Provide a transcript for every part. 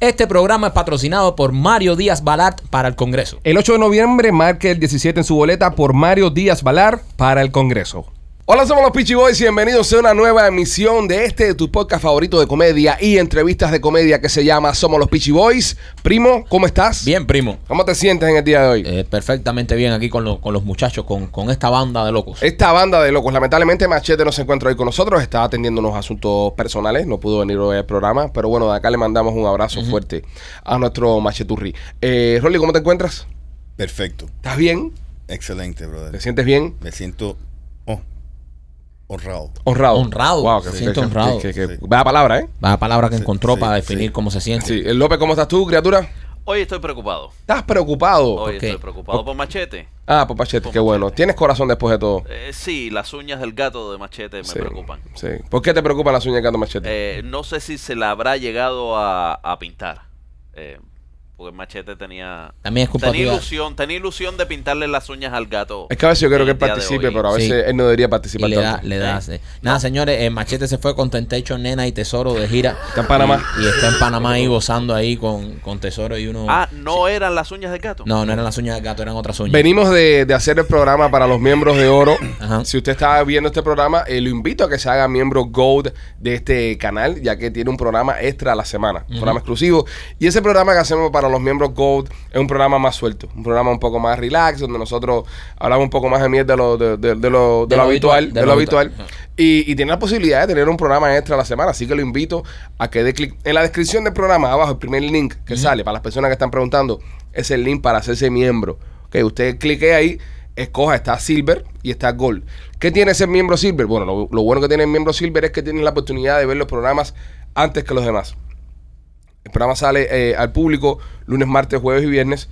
Este programa es patrocinado por Mario Díaz Balart para el Congreso. El 8 de noviembre marque el 17 en su boleta por Mario Díaz Valar para el Congreso. Hola, somos los Peachy Boys y bienvenidos a una nueva emisión de este tu podcast favorito de comedia y entrevistas de comedia que se llama Somos los Peachy Boys. Primo, ¿cómo estás? Bien, primo. ¿Cómo te sientes en el día de hoy? Eh, perfectamente bien aquí con, lo- con los muchachos, con, con esta banda de locos. Esta banda de locos, lamentablemente Machete no se encuentra hoy con nosotros, está atendiendo unos asuntos personales, no pudo venir hoy al programa, pero bueno, de acá le mandamos un abrazo fuerte a nuestro Macheturri. Eh, Rolly, ¿cómo te encuentras? Perfecto. ¿Estás bien? Excelente, brother. ¿Te sientes bien? Me siento oh, honrado. Honrado. Honrado. Wow, que, Me siento que- honrado. que- que- que- Sí. vaya palabra, ¿eh? La palabra que encontró sí, para sí. definir cómo se siente. Sí. Eh, López, ¿cómo estás tú, criatura? Hoy estoy preocupado. ¿Estás preocupado? Hoy qué? estoy preocupado por Machete. Ah, pues Machete, qué bueno. Tienes corazón después de todo. Eh, sí, las uñas del gato de Machete me Sí, preocupan. Sí. ¿Por qué te preocupan las uñas de gato Machete? Eh, no sé si se la habrá llegado a, a pintar. Eh, porque Machete tenía. También es culpa Tenía tuya. ilusión, tenía ilusión de pintarle las uñas al gato. es que a veces yo quiero el que él día de participe, hoy. Eh, pero a Sí. veces él no debería Y participar le da, tanto. le da. sí. Nada, señores, el machete se fue con Temptation, Nena y Tesoro de gira. Está en Panamá. Y, y está en Panamá ahí gozando ahí con, con Tesoro y uno. Ah, no eran las uñas del gato. No, no eran las uñas del gato, eran otras uñas. Venimos de, de hacer el programa para los miembros de oro. Ajá. Si usted está viendo este programa, eh, lo invito a que se haga miembro Gold de este canal, ya que tiene un programa extra a la semana, un programa exclusivo. Y ese programa que hacemos para los miembros Gold es un programa más suelto, un programa un poco más relax, donde nosotros hablamos un poco más de mierda de lo, de, de- de lo, de De lo lo habitual. habitual, de de lo lo habitual. habitual. Y, y tiene la posibilidad de tener un programa extra a la semana, así que lo invito a que dé clic en la descripción del programa, abajo el primer link que sale para las personas que están preguntando, es el link para hacerse miembro. Que usted clique ahí, escoja, está Silver y está Gold. ¿Qué tiene ser miembro Silver? Bueno, lo, lo bueno que tiene el miembro Silver es que tiene la oportunidad de ver los programas antes que los demás. El programa sale eh, al público lunes, martes, jueves y viernes,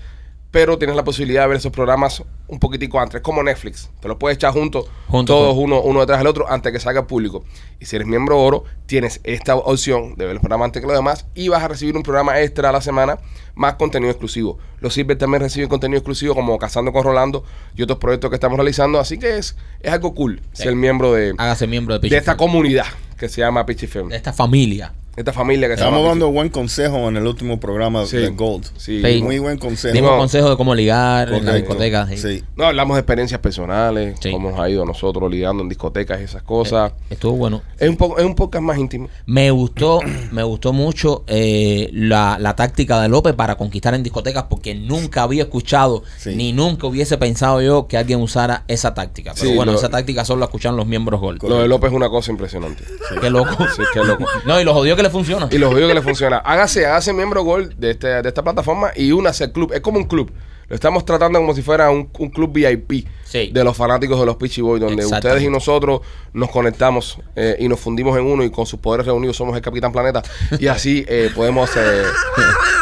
pero tienes la posibilidad de ver esos programas un poquitico antes, como Netflix. Te los puedes echar juntos, Junto todos con- uno, uno detrás del otro, antes que salga al público. Y si eres miembro oro, tienes esta opción de ver los programas antes que los demás y vas a recibir un programa extra a la semana, más contenido exclusivo. Los Silver también reciben contenido exclusivo como Cazando con Rolando y otros proyectos que estamos realizando, así que es, es algo cool ser miembro de, Hágase miembro de de esta Pichifem. comunidad que se llama Pichifem. de esta familia. Esta familia que se Estamos llama dando buen consejo en el último programa Sí. de Gold. Sí. Sí. Muy buen consejo. Dimos no. consejos de cómo ligar en la Correcto. discoteca. sí. Sí. No, hablamos de experiencias personales, Sí. cómo nos ha ido a nosotros ligando en discotecas y esas cosas. Estuvo bueno. es, un poco, es un podcast más íntimo. Me gustó, me gustó mucho eh, la, la táctica de López para conquistar en discotecas porque nunca había escuchado Sí. ni nunca hubiese pensado yo que alguien usara esa táctica. Pero Sí, bueno, lo- esa táctica solo la escuchan los miembros Gol. Lo de López es una cosa impresionante. Qué loco. Sí, qué loco. No, y lo jodió que le funciona. Y los videos que le funciona. Hágase, hágase miembro Gold de, este, de esta plataforma y únase al club. Es como un club. Lo estamos tratando como si fuera un, un club VIP Sí. de los fanáticos de los Peachy Boys, donde Exactamente. ustedes y nosotros nos conectamos eh, y nos fundimos en uno y con sus poderes reunidos somos el Capitán Planeta. Y así eh, podemos eh,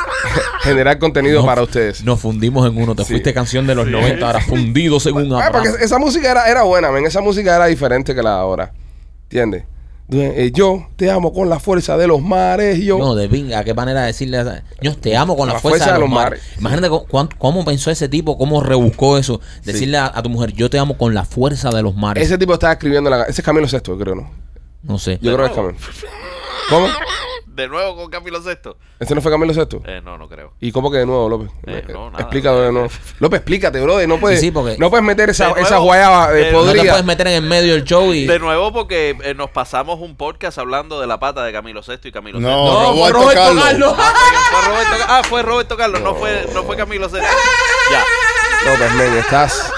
generar contenido Nos- para ustedes. Nos fundimos en uno. Te Sí. fuiste canción de los 90, ahora fundidos en un Ah, porque abrazo. esa música era, era buena, men. Esa música era diferente que la de ahora. ¿Entiendes? Due- eh, yo te amo con la fuerza de los mares. Yo. No, de pinga, qué manera de decirle. a- Yo te amo con la, fuerza, de los mares. Imagínate cu- cuán- cómo pensó ese tipo, cómo rebuscó eso. Decirle a, a tu mujer, yo te amo con la fuerza de los mares. ese tipo estaba escribiendo la. Ese es Camilo Sexto, creo, ¿no? No sé. Yo De creo que es nuevo. Camilo. ¿Cómo? De nuevo con Camilo Sexto. ¿Ese no fue Camilo Sexto? Eh, no, no creo. ¿Y cómo que de nuevo, López? Eh, no, nada. Explícalo de nuevo. López, explícate, brother. No puedes, Sí, sí, porque- no puedes meter esa, De nuevo, esa guayaba de de- No te podrida. puedes meter en el medio del show y. De nuevo porque eh, nos pasamos un podcast hablando de la pata de Camilo Sexto y Camilo No, Sexto. fue Roberto, Roberto Carlos. Carlos. Ah, fue Roberto, ah, fue Roberto Carlos, no, fue, no fue Camilo Sexto. Ya. López, men, estás.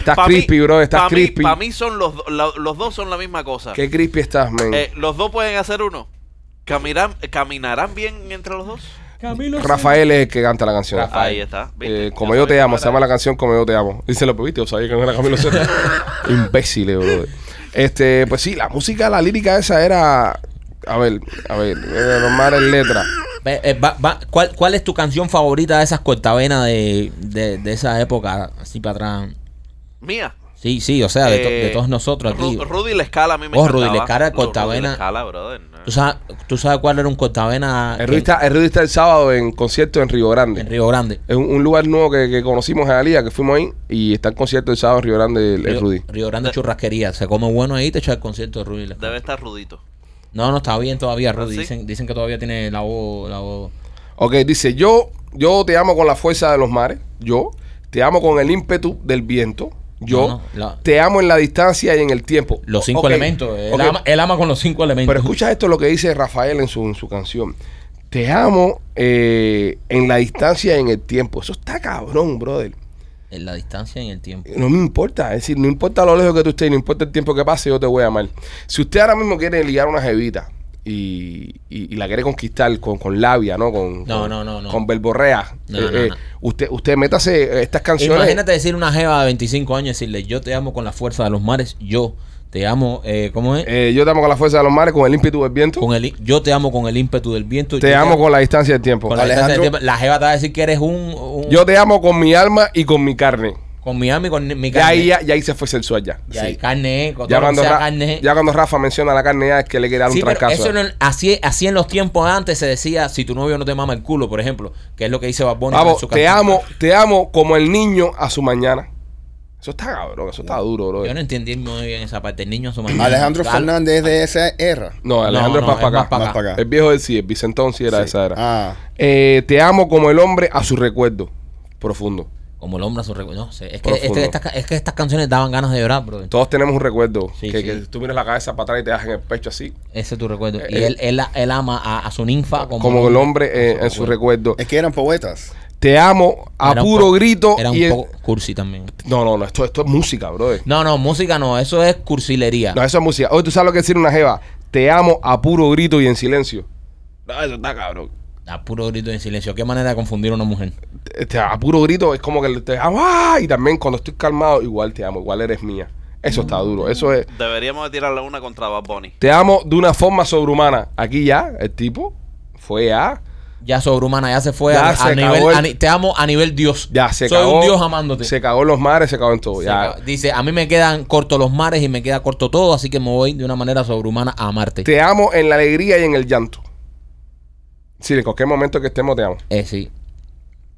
Estás Pa' mí- crispy, bro. Estás pa' mí- crispy. pa' mí son los, do- la- los dos son la misma cosa. Qué crispy estás, men. Eh, los dos pueden hacer uno. ¿Caminarán, ¿Caminarán bien entre los dos? Rafael es el que canta la canción. Ahí está. ¿viste? Eh, como Ya yo te sabes amo, para- se llama la canción Como yo te amo. Dice lo viste, yo sabía que no era Camilo Sesto. Imbécil, bro. Este, pues sí, la música, la lírica esa era. A ver, a ver, era normal en letra. Ve, eh, va- va- ¿cuál, cuál es tu canción favorita de esas cortavenas de, de, de esa época? Así para atrás. Mía. Sí, sí, o sea, de, to- de Eh, todos nosotros aquí. Ru- Rudy la escala a mí me Oh, Rudy encantaba. Lescala, Ru- cortavena. Rudy Lescala, brother. no. ¿Tú, sabes, tú sabes cuál era un cortavena El que- Rudy, está, el Rudy está el sábado en concierto en Río Grande. en Río Grande? Es un, un lugar nuevo que, que conocimos en Alía, que fuimos ahí, y está el concierto el sábado en Río Grande el, el Río, Rudy. Río Grande De- Churrasquería. Se come bueno ahí y te echa el concierto de Rudy. Lescala. Debe estar rudito. No, no está bien todavía, ¿Ah, Rudy. ¿sí? Dicen, dicen que todavía tiene la voz. La voz. Ok, dice, yo, yo te amo con la fuerza de los mares, yo, te amo con el ímpetu del viento, yo, No, no, la- te amo en la distancia y en el tiempo. Los cinco Ok, elementos. Él, ok, ama, él ama con los cinco elementos. Pero escucha esto lo que dice Rafael en su, en su canción. Te amo eh, en la distancia y en el tiempo. Eso está cabrón, brother. En la distancia y en el tiempo. No me importa, es decir, no importa lo lejos que tú estés, no importa el tiempo que pase, yo te voy a amar. Si usted ahora mismo quiere ligar una jevita y, y- y la quiere conquistar con, con labia, ¿no? Con, No, con- no, no, no. Con verborrea. No, eh, no, eh, no. Usted, usted métase eh, estas canciones. Imagínate decir una jeva de 25 años y decirle, yo te amo con la fuerza de los mares, yo te amo, eh, ¿cómo es? eh, yo te amo con la fuerza de los mares, con el ímpetu del viento. con el, yo te amo con el ímpetu del viento. te yo amo con la distancia del tiempo. con la distancia del Alejandro- tiempo. La jeva te va a decir que eres un... un- Yo te amo con mi alma y con mi carne. con mi alma y con mi Ya carne. ahí, ya, ya ahí se fue sexual ya. Ya sí. hay carne, eh, con Ya todo lo que cuando, sea Ra- carne. ya cuando Rafa menciona la carne ya es que le quiere dar un Sí, pero trancazo. eso no- así, así en los tiempos antes se decía, si tu novio no te mama el culo, por ejemplo, que es lo que dice Bad Bunny en Vamos, su te canción. amo, te amo como el niño a su mañana. Eso está cabrón, eso está duro, bro. Yo no entendí muy bien esa parte. El niño a su manera. Alejandro Claro. Fernández es de esa era. No, Alejandro No, no, es más para es acá. más Más para acá. El viejo del sí, el Vicentón sí era Sí. de esa era. Ah, Eh, te amo como el hombre a su recuerdo. Profundo. Como el hombre a su recuerdo. No sé, es, que, Profundo. este- estas, es que estas canciones daban ganas de llorar, bro. Todos tenemos un recuerdo. Sí, que, sí. que tú miras la cabeza para atrás y te das en el pecho así. Ese es tu recuerdo. y Eh, él, él, él ama a, a su ninfa como, Como el hombre eh, en su recuerdo. recuerdo. es que eran poetas. Te amo a Era un puro poco- grito. Era un y en- poco cursi también. No, no, no. Esto, esto es música, brother. No, no, música no. Eso es cursilería. No, eso es música. Oye, tú sabes lo que es decir una jeva. Te amo a puro grito y en silencio. No, eso está cabrón. A puro grito en silencio. Qué manera de confundir a una mujer. Te- te- a puro grito es como que te amo. ¡ah! Y también cuando estoy calmado, igual te amo, igual eres mía. Eso está duro. Eso es. Deberíamos de tirarle una contra Bad Bunny. Te amo de una forma sobrehumana. Aquí ya, el tipo fue a. Ya sobrehumana, ya se fue Ya a, se a acabó nivel. el- a ni- te amo a nivel Dios. Ya se Soy cagó. un Dios amándote. Se cagó en los mares, se cagó en todo. Se ya. acabó. Dice, a mí me quedan cortos los mares y me queda corto todo, así que me voy de una manera sobrehumana a amarte. Te amo en la alegría y en el llanto. Sí, en cualquier momento que estemos, te amo. Eh, sí.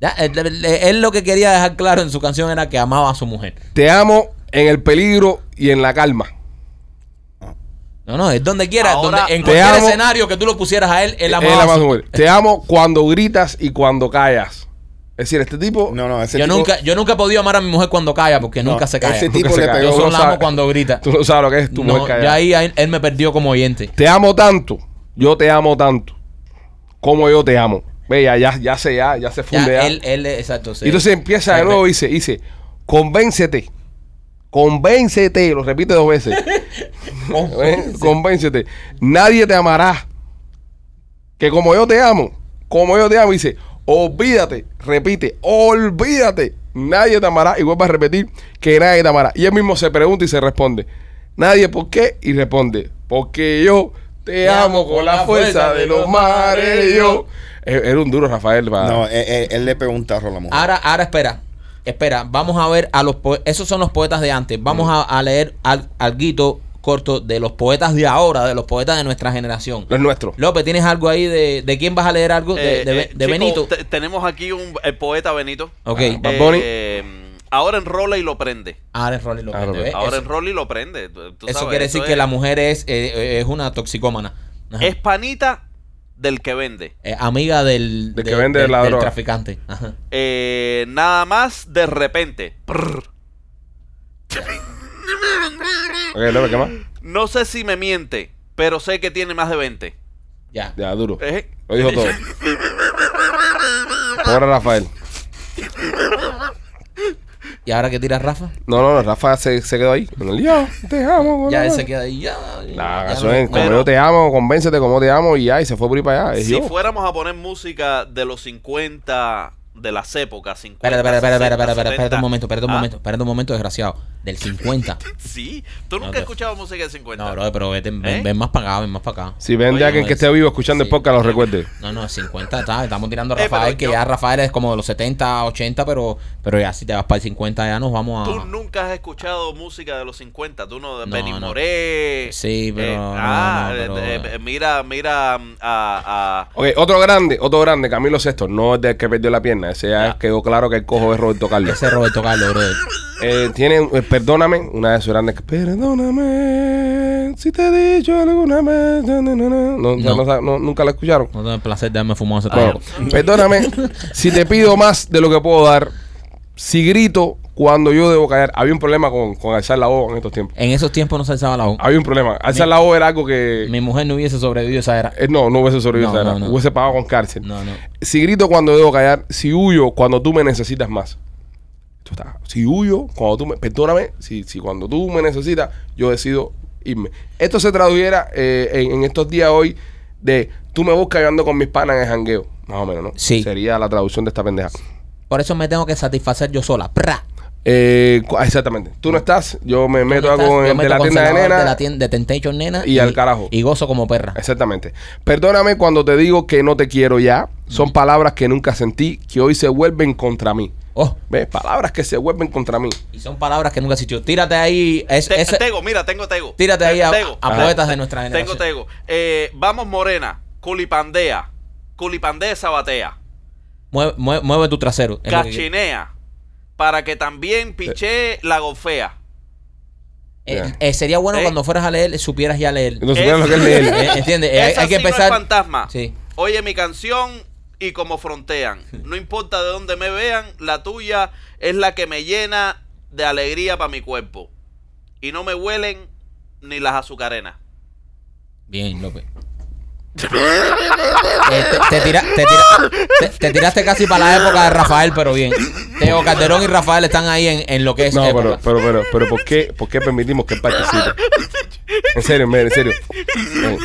Ya, él, él- él lo que quería dejar claro en su canción era que amaba a su mujer. Te amo en el peligro y en la calma. No, no, es donde quiera, Ahora- donde, en Te cualquier amo. escenario que tú lo pusieras a él, él amaba. Él a ama a su- su mujer. Te amo cuando gritas y cuando callas. Es decir, este tipo. No, no, ese yo, tipo- nunca, yo nunca he podido amar a mi mujer cuando calla, porque no, nunca se calla. Ese Nunca tipo se le calla. pegó. Yo solo no la amo sabes. cuando grita. Tú no sabes lo que es tu No, mujer callada. ya ahí, ahí él me perdió como oyente. Te amo tanto, yo te amo tanto, como yo te amo. Ve, ya, ya, ya se ya, ya se Ya, funde. ya. él, él, exacto. se- y entonces empieza de se- nuevo y dice, dice, convéncete, convéncete, lo repite dos veces, ¿eh? convéncete, nadie te amará, que como yo te amo, como yo te amo, dice, olvídate, repite, olvídate, nadie te amará, y vuelve a repetir que nadie te amará. Y él mismo se pregunta y se responde, nadie por qué, y responde, porque yo te amo con la fuerza de los mares, yo. Eh, Era un duro Rafael, para- No, él, él- él le pegó un tarro a la mujer. Ahora, ahora espera. Espera, vamos a ver a los po- Esos son los poetas de antes. Mm. Vamos a, a leer al, alguito corto de los poetas de ahora, de los poetas de nuestra generación. no es nuestro. López, ¿tienes algo ahí de, de quién vas a leer algo? De, Eh, de- eh, de chico, Benito. te- tenemos aquí un, el poeta Benito. Ok. Ah, Bad Eh, Bunny. ahora enrola y lo prende. Ahora es Rolly López. Ahora, ¿ves? Ahora Eh, eso, enrola y lo prende. tú- tú eso sabes, quiere decir eso que es- la mujer es, eh, eh, es una toxicómana. Ajá. Es panita del que vende. Eh, amiga del, Del que del- vende del- la del droga. traficante. Ajá. Eh, nada más de repente. Prr. Ok, López, ¿qué más? No sé si me miente, pero sé que tiene más de 20. Ya. Ya, duro. Eh, Lo dijo todo. Pobre Rafael. ¿Y ahora qué tira Rafa? No, no, no, Rafa se, se quedó ahí. En el, yo te amo. Ya él boludo". se queda ahí. Ya, La ya canción no- es como Pero- yo te amo, Eh, convéncete como te amo y ya, y se fue por ahí para allá. Es si yo. fuéramos a poner música de los 50, de las épocas 50. Espérate, espérate, espérate, 60, espérate, espérate, espérate 70. un momento, espérate un Ah, momento, espérate un momento, desgraciado. Del 50. Sí, tú No, nunca te- has escuchado música de 50. No, bro, pero vete, ven, ¿Eh? ven más para acá, ven más para acá. Si ven Oye, de alguien no, que es- esté vivo escuchando sí. el podcast, lo recuerde. No, no, 50, está, estamos tirando a Eh, pero Rafael, que yo- ya Rafael es como de los 70, 80, pero, pero ya si te vas para el 50 ya nos vamos Tú a... nunca has escuchado música de los 50, tú no, de Ah. No, Benny no. Moré. Sí, pero no, ah, no, pero- eh, eh, mira, mira mm, a, Ok, otro grande, otro grande, Camilo Sexto. No es del que perdió la pierna. Ese ya Ya. quedó claro que el cojo es Roberto Carlos. Ese es Roberto Carlos, bro. Eh, tiene, eh, perdóname, una de sus grandes. Perdóname si te he dicho alguna vez. na, na, na, na. No, ya No. no sa- no, nunca la escucharon. No tengo el placer de haberme fumado ese Bueno, trago. perdóname si te pido más de lo que puedo dar. Si grito cuando yo debo callar. Había un problema con, con alzar la voz en estos tiempos. En esos tiempos no se alzaba la voz. Había un problema. Alzar la voz era algo que. Mi mujer no hubiese sobrevivido esa era. eh, no, no hubiese sobrevivido. No, esa no, era. no. Hubiese pagado con cárcel. No, no. Si grito cuando debo callar, si huyo cuando tú me necesitas más. Esto está. Si huyo cuando tú me. Perdóname, si, si cuando tú me necesitas, yo decido irme. Esto se traduciera eh, en, en estos días hoy de tú me buscas y yo ando con mis panas en el jangueo. Más o menos, ¿no? Sí. Sería la traducción de esta pendeja. Por eso me tengo que satisfacer yo sola. ¡Pra! Eh, cu- exactamente. Tú no estás, yo me meto Yo algo en- meto de la con tienda de Salvador nena. De, la tienda, de Temptation Nena. Y al carajo. Y gozo como perra. Exactamente. Perdóname cuando te digo que no te quiero ya. Mm. Son palabras que nunca sentí, que hoy se vuelven contra mí. Oh, ¿Ves? Palabras que se vuelven contra mí. y son palabras que nunca existió. Tírate ahí. Es, Te- ese- Tego, mira, tengo Tego. Tírate ahí a- a Tego, poetas de nuestra generación. Tengo Tego. Eh, vamos Morena, Culipandea, Culipandea Sabatea, mueve, mueve- mueve tu trasero. es lo que- Cachinea, para que también piche la golfea. Eh, eh, sería bueno Eh. cuando fueras a leer, supieras ya leer. No supieran lo que es leer. Eh, ¿Entiendes? Eh, hay, Esa hay que sí no es empezar. fantasma. Sí. Oye mi canción y como frontean. No importa de dónde me vean, la tuya es la que me llena de alegría para mi cuerpo. Y no me huelen ni las azucarenas. Bien, López. Eh, te, te tira- te tira- te- te tiraste casi para la época de Rafael, pero bien. Teo Calderón y Rafael están ahí en, en lo que es No, pero, época. pero, pero, pero ¿por qué, por qué permitimos que él participe? En serio, mire, en serio. Eh.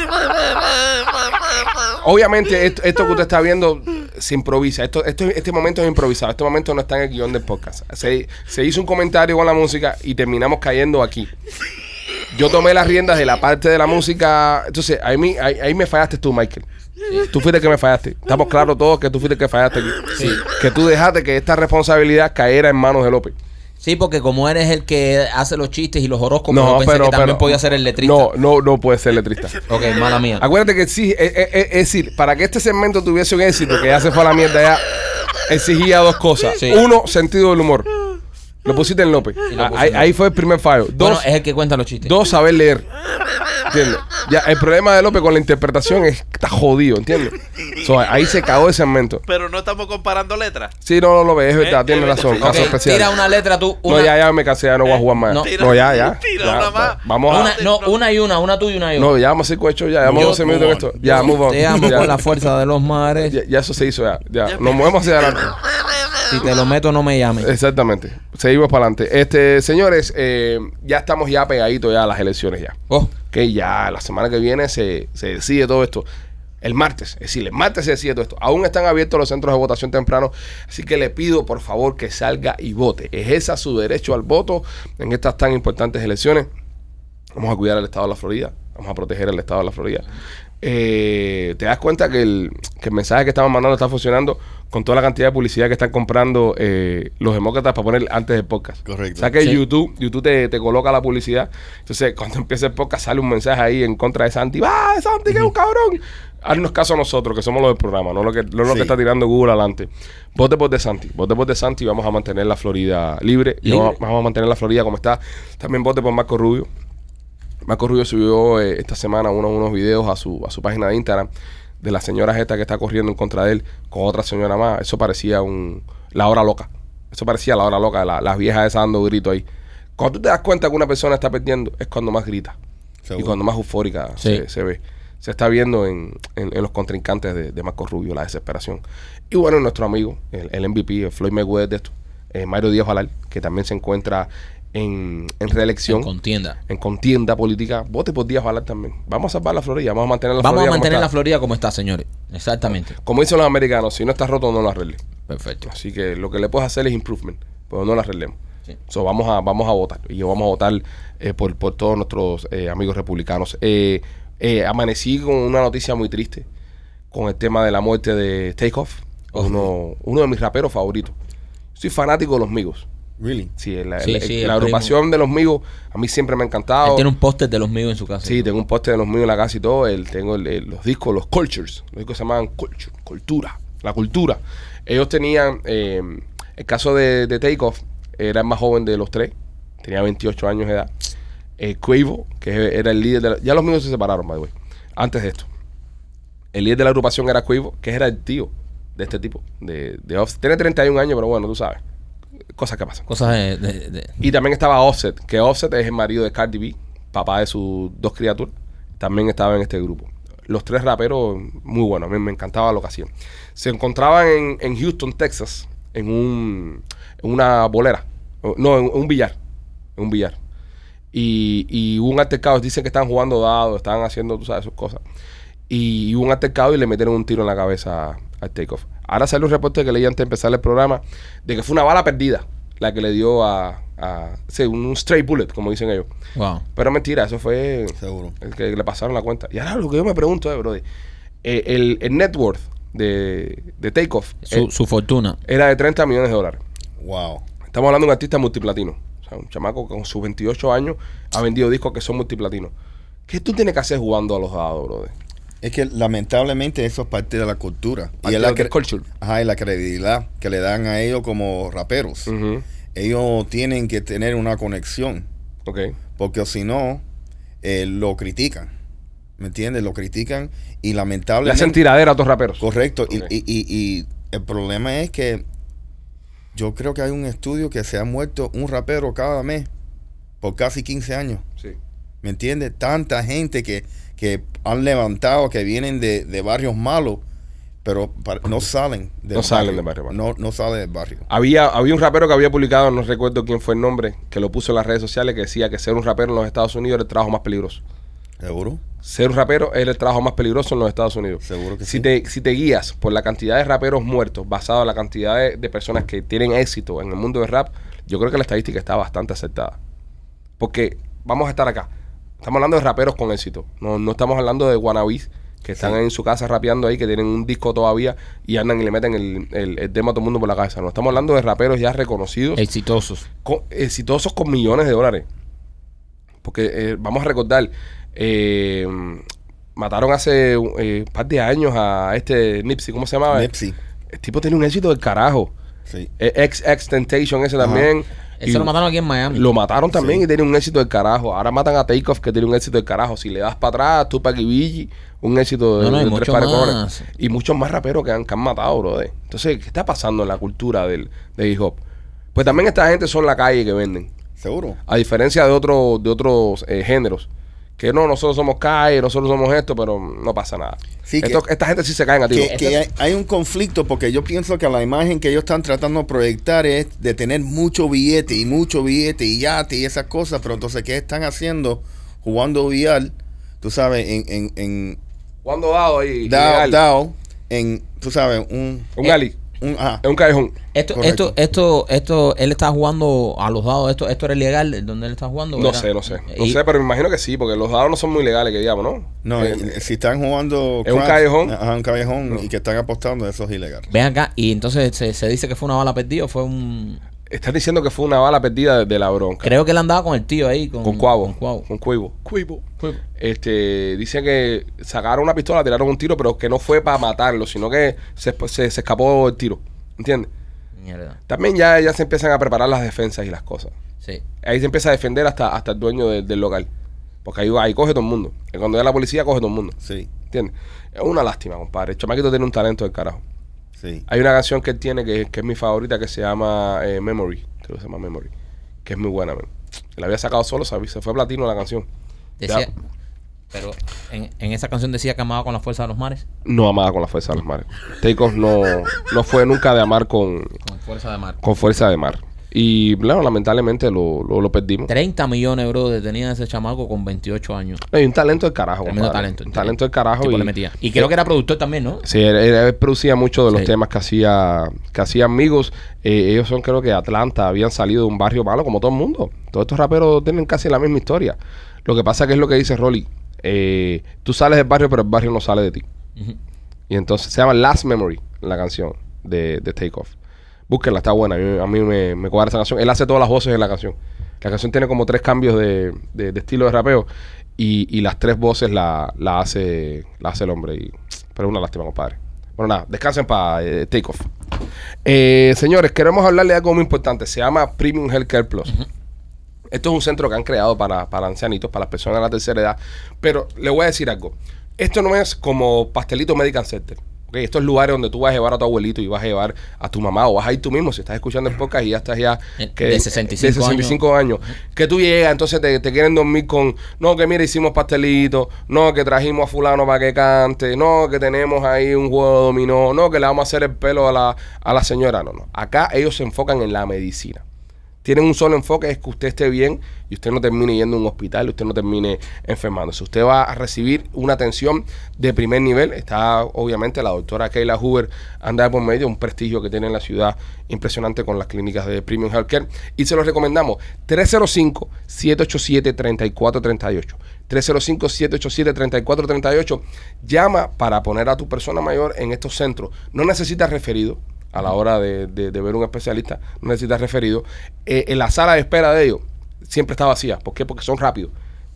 Obviamente, esto, esto que usted está viendo se improvisa. Esto, esto- este momento es improvisado. Este momento no está en el guión del podcast. Se, se hizo un comentario con la música y terminamos cayendo aquí. Yo tomé las riendas de la parte de la música. Entonces, ahí, mi- ahí, ahí me fallaste tú, Michael. Tú fuiste el que me fallaste. Estamos claros todos que tú fuiste el que fallaste aquí. Que tú dejaste que esta responsabilidad caera en manos de López. Sí, porque como eres el que hace los chistes y los horóscopos, yo pensé que también pero- podía ser el letrista. No, no, no puede ser letrista. Ok, mala mía. Acuérdate que sí, es, es- eh, es- es decir, para que este segmento tuviese un éxito, que ya se fue a la mierda, ya exigía dos cosas. Sí. Uno, sentido del humor. Lo pusiste en López. Ah, lo puse ahí, en ahí fue el primer fallo. Dos, bueno, eh, es el que cuenta los chistes. dos saber leer. ¿Entiendes? Ya, el problema de López con la interpretación es que está jodido, ¿entiendes? So, ahí se cagó el segmento. Pero no estamos comparando letras. Sí, no, no, López, es verdad, Eh, tienes eh, razón. ok, Ok, Caso especial. tira una letra tú. Una, no, ya, ya me casé, ya no voy a jugar más. Eh, no. No, ya, ya. Tira Ya, una más. Vamos a. una, no, una y una, una tú y una yo. No, ya vamos a hacer cuecho, ya, ya vamos a Yo- 12 minutos en esto. Ya, Yo move on. Te amo ya, con la fuerza de los mares. ya, ya eso se hizo, ya. ya. Nos movemos hacia adelante. Si te lo meto, no me llames. Exactamente. Seguimos para adelante. Este, señores, eh, ya estamos ya pegaditos ya a las elecciones ya. Oh, Que ya la semana que viene se, se decide todo esto. El martes, es decir, el martes se decide todo esto. Aún están abiertos los centros de votación temprano, así que le pido por favor que salga y vote. Ejerza su derecho al voto en estas tan importantes elecciones. Vamos a cuidar al estado de la Florida. Vamos a proteger al estado de la Florida. Eh, te das cuenta que el, que el mensaje que estamos mandando está funcionando con toda la cantidad de publicidad que están comprando eh, los demócratas para poner antes del podcast. Correcto. O sea que Sí. YouTube, YouTube te, te coloca la publicidad. Entonces, cuando empieza el podcast, sale un mensaje ahí en contra de Santi. ¡Va, Santi, que es un cabrón! Haznos caso a nosotros, que somos los del programa, no lo que, no lo que Sí. está tirando Google adelante. Vote por DeSanti, vote por DeSanti y vamos a mantener la Florida libre. Y Libre. Vamos, vamos a mantener la Florida como está. También vote por Marco Rubio. Marco Rubio subió eh, esta semana uno- unos videos a su, a su página de Instagram de la señora esta que está corriendo en contra de él con otra señora más. Eso parecía un la hora loca. Eso parecía la hora loca, la- las viejas esas dando grito ahí. Cuando tú te das cuenta que una persona está perdiendo, es cuando más grita. Seguro. Y cuando más eufórica Sí. se, se ve. Se está viendo en, en- en los contrincantes de, de Marco Rubio, la desesperación. Y bueno, nuestro amigo, el, el MVP, el Floyd Mayweather de esto, eh, Mario Díaz Valar, que también se encuentra en, en reelección en contienda. en contienda política, vote por Díaz Valar también. Vamos a salvar la Florida, vamos a mantener la Vamos a Florida. como mantener está. la Florida como está, señores. Exactamente. Como dicen los americanos, si no está roto, no lo arregle. Perfecto. Así que lo que le puedes hacer es improvement, pero no la arreglemos. Sí. So, vamos a vamos a votar y vamos a votar eh, por, por todos nuestros eh, amigos republicanos. Eh, eh, amanecí con una noticia muy triste con el tema de la muerte de Takeoff, Oh. uno, uno de mis raperos favoritos. Soy fanático de los Migos. Really. Sí, la, Sí, la- la sí, el primo. agrupación de los Migos a mí siempre me ha Él encantado. tiene un póster de los míos en su casa. Sí, tengo un poste de los míos en la casa y todo. El, tengo el- el- los discos, los cultures. Los discos se llamaban culture, cultura. La cultura. Ellos tenían. eh, el caso de, de Takeoff era el más joven de los tres. Tenía 28 años de edad. Eh, Quavo, que era el líder de la- Ya los míos se separaron, by the way. Antes de esto. El líder de la agrupación era Quavo, que era el tío de este tipo. De, de Offset. Tiene 31 años, pero bueno, tú sabes. Cosas que pasan. Cosas de, de- de- Y también estaba Offset, que Offset es el marido de Cardi B, papá de sus dos criaturas. También estaba en este grupo. Los tres raperos, muy buenos, a mí me encantaba lo que hacían. Se encontraban en, en Houston, Texas, en, un, en una bolera. O- No, en un billar. En un billar. Y, y hubo un altercado. Dicen que estaban jugando dados, estaban haciendo, tú sabes, sus cosas. Y hubo un altercado y le metieron un tiro en la cabeza al Takeoff. Ahora sale un reporte que leí antes de empezar el programa de que fue una bala perdida la que le dio a. a sí, un, un straight bullet, como dicen ellos. Wow. Pero mentira, eso fue Seguro. el que le pasaron la cuenta. Y ahora lo que yo me pregunto es, Brody, eh, el, el net worth de, de Takeoff Su, eh, su fortuna. era de 30 millones de dólares. Wow. Estamos hablando de un artista multiplatino. O sea, un chamaco que con sus 28 años ha vendido discos que son multiplatinos. ¿Qué tú tienes que hacer jugando a los dados, brother? Es que lamentablemente eso es parte de la cultura. Parte y es la, de la cre- culture. Ajá, y la credibilidad que le dan a ellos como raperos. Ujú. Ellos tienen que tener una conexión. Ok. Porque si no, eh, lo critican. ¿Me entiendes? Lo critican y Le lamentablemente. hacen tiradera a otros raperos. Correcto. y- Ok. Y, y- y el problema es que yo creo que hay un estudio que se ha muerto un rapero cada mes por casi 15 años. Sí. ¿Me entiendes? Tanta gente que, que han levantado, que vienen de, de barrios malos, pero par- no salen del No salen del barrio malo. No, no salen del barrio. Había, había un rapero que había publicado, no recuerdo quién fue el nombre, que lo puso en las redes sociales, que decía que ser un rapero en los Estados Unidos era el trabajo más peligroso. ¿Seguro? Ser un rapero era el trabajo más peligroso en los Estados Unidos. Seguro que si sí. Te, si te guías por la cantidad de raperos muertos, basado en la cantidad de, de personas que tienen éxito en el mundo del rap, yo creo que la estadística está bastante acertada. Porque vamos a estar acá. Estamos hablando de raperos con éxito. No, no estamos hablando de wannabes que están en su casa rapeando ahí, que tienen un disco todavía y andan y le meten el, el, el tema a todo el mundo por la cabeza. No, estamos hablando de raperos ya reconocidos Exitosos. con- exitosos con millones de dólares. Porque eh, vamos a recordar, eh, mataron hace eh, un par de años a este Nipsey, ¿cómo se llamaba? Nipsey. El tipo tiene un éxito del carajo. Sí. Eh, ex ex Temptation ese también. Y Eso lo mataron aquí en Miami. lo mataron también Sí. y tiene un éxito del carajo. Ahora matan a Takeoff que tiene un éxito del carajo. Si le das para atrás, Tupac y Biggie, un éxito de, No, no, y de mucho de cojones. más. Y muchos más raperos que han, que han matado, brother. Entonces, ¿qué está pasando en la cultura del, de hip hop? Pues también esta gente son la calle que venden. ¿Seguro? A diferencia de, otro, de otros eh, géneros. Que no, nosotros somos calle, nosotros somos esto, pero no pasa nada. Sí, que- Esto- esta gente sí se caen a ti. que, que hay, hay un conflicto porque yo pienso que la imagen que ellos están tratando de proyectar es de tener mucho billete y mucho billete y yate y esas cosas, pero entonces, ¿qué están haciendo jugando billar? Tú sabes, en, en, en ¿Cuándo dado ahí? dao, Ilegal. dao, en, tú sabes, un, Un Eh, gali. un, ah, ajá, Es un callejón. Esto, Correcto. esto, esto, esto, él estaba jugando a los dados. Esto, esto era ilegal donde él estaba jugando. No ¿Era? sé, no sé. No Y- sé, pero me imagino que sí, porque los dados no son muy legales, que digamos, ¿no? no, Eh, eh, si están jugando es un craps, callejón. ajá, un callejón y que están apostando, eso es ilegal. Ven acá, y entonces se, se dice que fue una bala perdida o fue un. Estás diciendo que fue una bala perdida de la bronca. Creo que él andaba con el tío ahí, con, con Cuavo. Con Cuavo. Con Cuivo. Este, dice que sacaron una pistola, tiraron un tiro, pero que no fue para matarlo, sino que se, se- se escapó el tiro. ¿Entiendes? Mierda. También ya, ya se empiezan a preparar las defensas y las cosas. Sí. Ahí se empieza a defender hasta, hasta el dueño del- del local. Porque ahí, va- ahí coge todo el mundo. Y Cuando ya la policía coge todo el mundo. Sí, ¿Entiendes? Es una lástima, compadre. El chamaquito tiene un talento del carajo. sí. Hay una canción que él tiene que, que es mi favorita que se llama eh, Memory. Creo que se llama Memory. Que es muy buena, man. La había sacado solo, ¿sabes? se fue platino la canción. Decía. Ya. Pero en, en esa canción decía que amaba con la fuerza de los mares. No amaba con la fuerza de los mares. Takeoff no, no fue nunca de amar con, Con fuerza de mar. con fuerza de mar. Y claro, lamentablemente lo, lo, lo perdimos. 30 millones, bro, de tenía ese chamaco con 28 años. No, y un talento del carajo. Tremendo compadre. talento, Un el talento del carajo. Tipo, y, eh, le metía. Y creo que era productor también, ¿no? Sí, él, él- él producía muchos de los Sí. temas que hacía, que hacía amigos. Eh, ellos son, creo que de Atlanta, habían salido de un barrio malo, como todo el mundo. Todos estos raperos tienen casi la misma historia. Lo que pasa que es lo que dice Rolly. eh, tú sales del barrio, pero el barrio no sale de ti. Ujú. Y entonces se llama Last Memory, la canción de, de Take Off. Búsquenla, está buena. A mí, a mí me, me cuadra esa canción. Él hace todas las voces en la canción. La canción tiene como tres cambios de, de- de estilo de rapeo. Y, y las tres voces la, la hace, la hace el hombre. Y, pero es una lástima, compadre. Bueno, nada, descansen para Take Off. Eh, señores, queremos hablarle de algo muy importante. Se llama Premium Healthcare Plus. Esto es un centro que han creado para, para ancianitos, para las personas de la tercera edad. Pero le voy a decir algo. Esto no es como pastelito Medical Center. ¿ok? Estos lugares donde tú vas a llevar a tu abuelito y vas a llevar a tu mamá o vas a ir tú mismo si estás escuchando el podcast y ya estás ya... Eh, de 65 de 65 años. Que tú llegas, entonces te, te quieren dormir con... No, que mira, hicimos pastelitos. No, que trajimos a fulano para que cante. No, que tenemos ahí un juego de dominó. No, que le vamos a hacer el pelo a la, a la señora. No, no. Acá ellos se enfocan en la medicina tienen un solo enfoque, es que usted esté bien y usted no termine yendo a un hospital, usted no termine enfermándose. Usted va a recibir una atención de primer nivel. Está obviamente la doctora Kayla Hoover, anda de por medio, un prestigio que tiene en la ciudad impresionante con las clínicas de Premium Healthcare. Y se los recomendamos, 305-787-3438. 305-787-3438. Llama para poner a tu persona mayor en estos centros. No necesitas referido a la hora de, de- de ver un especialista, no necesitas referido. Eh, en la sala de espera de ellos siempre está vacía. ¿Por qué? Porque son rápidos.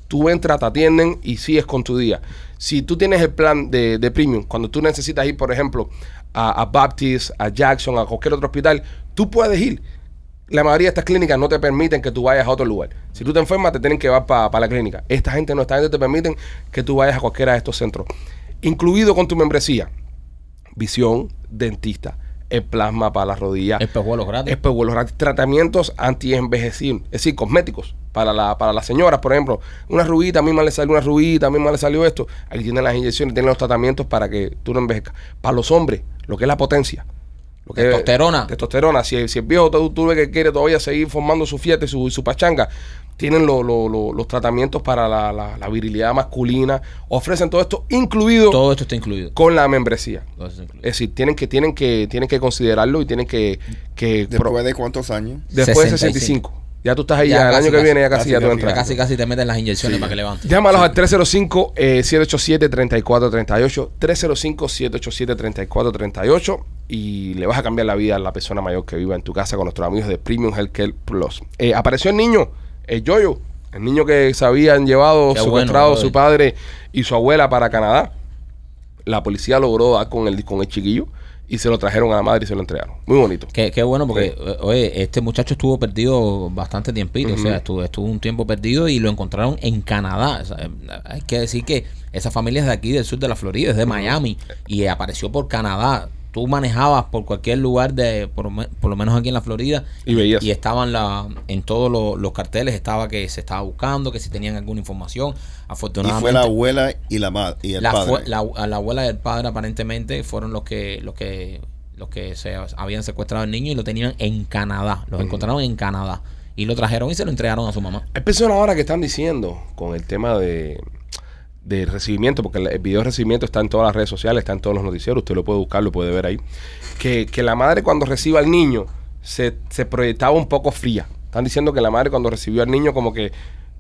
Tú entras, te atienden y sigues con tu día. Si tú tienes el plan de, de premium, cuando tú necesitas ir, por ejemplo, a, a Baptist, a Jackson, a cualquier otro hospital, tú puedes ir. La mayoría de estas clínicas no te permiten que tú vayas a otro lugar. Si tú te enfermas, te tienen que llevar para la clínica. Esta gente no, esta gente te permiten que tú vayas a cualquiera de estos centros. Incluido con tu membresía, visión, dentista, el plasma para las rodillas, Espejuelos gratis. espejuelos gratis, tratamientos anti-envejecir, es decir, cosméticos para la, para las señoras, por ejemplo, una rubita, a mí me le salió una rubita, a mí me le salió esto, aquí tienen las inyecciones, tienen los tratamientos para que tú no envejezcas. Para los hombres, lo que es la potencia. Lo que es- Testosterona. testosterona. Si, si el viejo tú, tú ves que quiere todavía seguir formando su fiesta y su, y su pachanga, tienen lo- lo- lo- los tratamientos para la, la- la virilidad masculina. Ofrecen todo esto incluido Todo esto está incluido. con la membresía. Todo esto está incluido. Es decir, tienen que, tienen que, tienen que considerarlo y tienen que, que pro- Después de cuántos años. después de 65. 65. Ya tú estás ahí, Ya ya, el casi, año que casi, viene ya casi, casi, ya tú casi, entras. Casi, casi te meten las inyecciones para que levantes. Llámalos al eh, 305-787-3438, 305-787-3438 y le vas a cambiar la vida a la persona mayor que viva en tu casa con nuestros amigos de Premium Healthcare Plus. Eh, apareció el niño, el Yoyo, el niño que se habían llevado, Qué bueno, secuestrado brother. su padre y su abuela para Canadá. La policía logró dar con el, con el chiquillo y se lo trajeron a la madre y se lo entregaron. Muy bonito. Qué, qué bueno, porque Sí. eh, oye, este muchacho estuvo perdido bastante tiempito, o sea, estuvo, estuvo un tiempo perdido y lo encontraron en Canadá. O sea, eh, hay que decir que esa familia es de aquí, del sur de la Florida, es de Miami, y apareció por Canadá. Tú manejabas por cualquier lugar, de por, lo me- por lo menos aquí en la Florida, Y veías. y estaban la, en todos los, los carteles, estaba que se estaba buscando, que si tenían alguna información. Y Afortunadamente, fue la abuela y la madre y el la, padre. fue- la- a la abuela y el padre aparentemente fueron los que los que los que se habían secuestrado al niño y lo tenían en Canadá. Los encontraron en Canadá y lo trajeron y se lo entregaron a su mamá. Hay personas ahora que están diciendo con el tema de, de recibimiento, porque el el video de recibimiento está en todas las redes sociales, está en todos los noticieros, usted lo puede buscar, lo puede ver ahí, que, que la madre cuando reciba al niño se, se proyectaba un poco fría. Están diciendo que la madre cuando recibió al niño como que,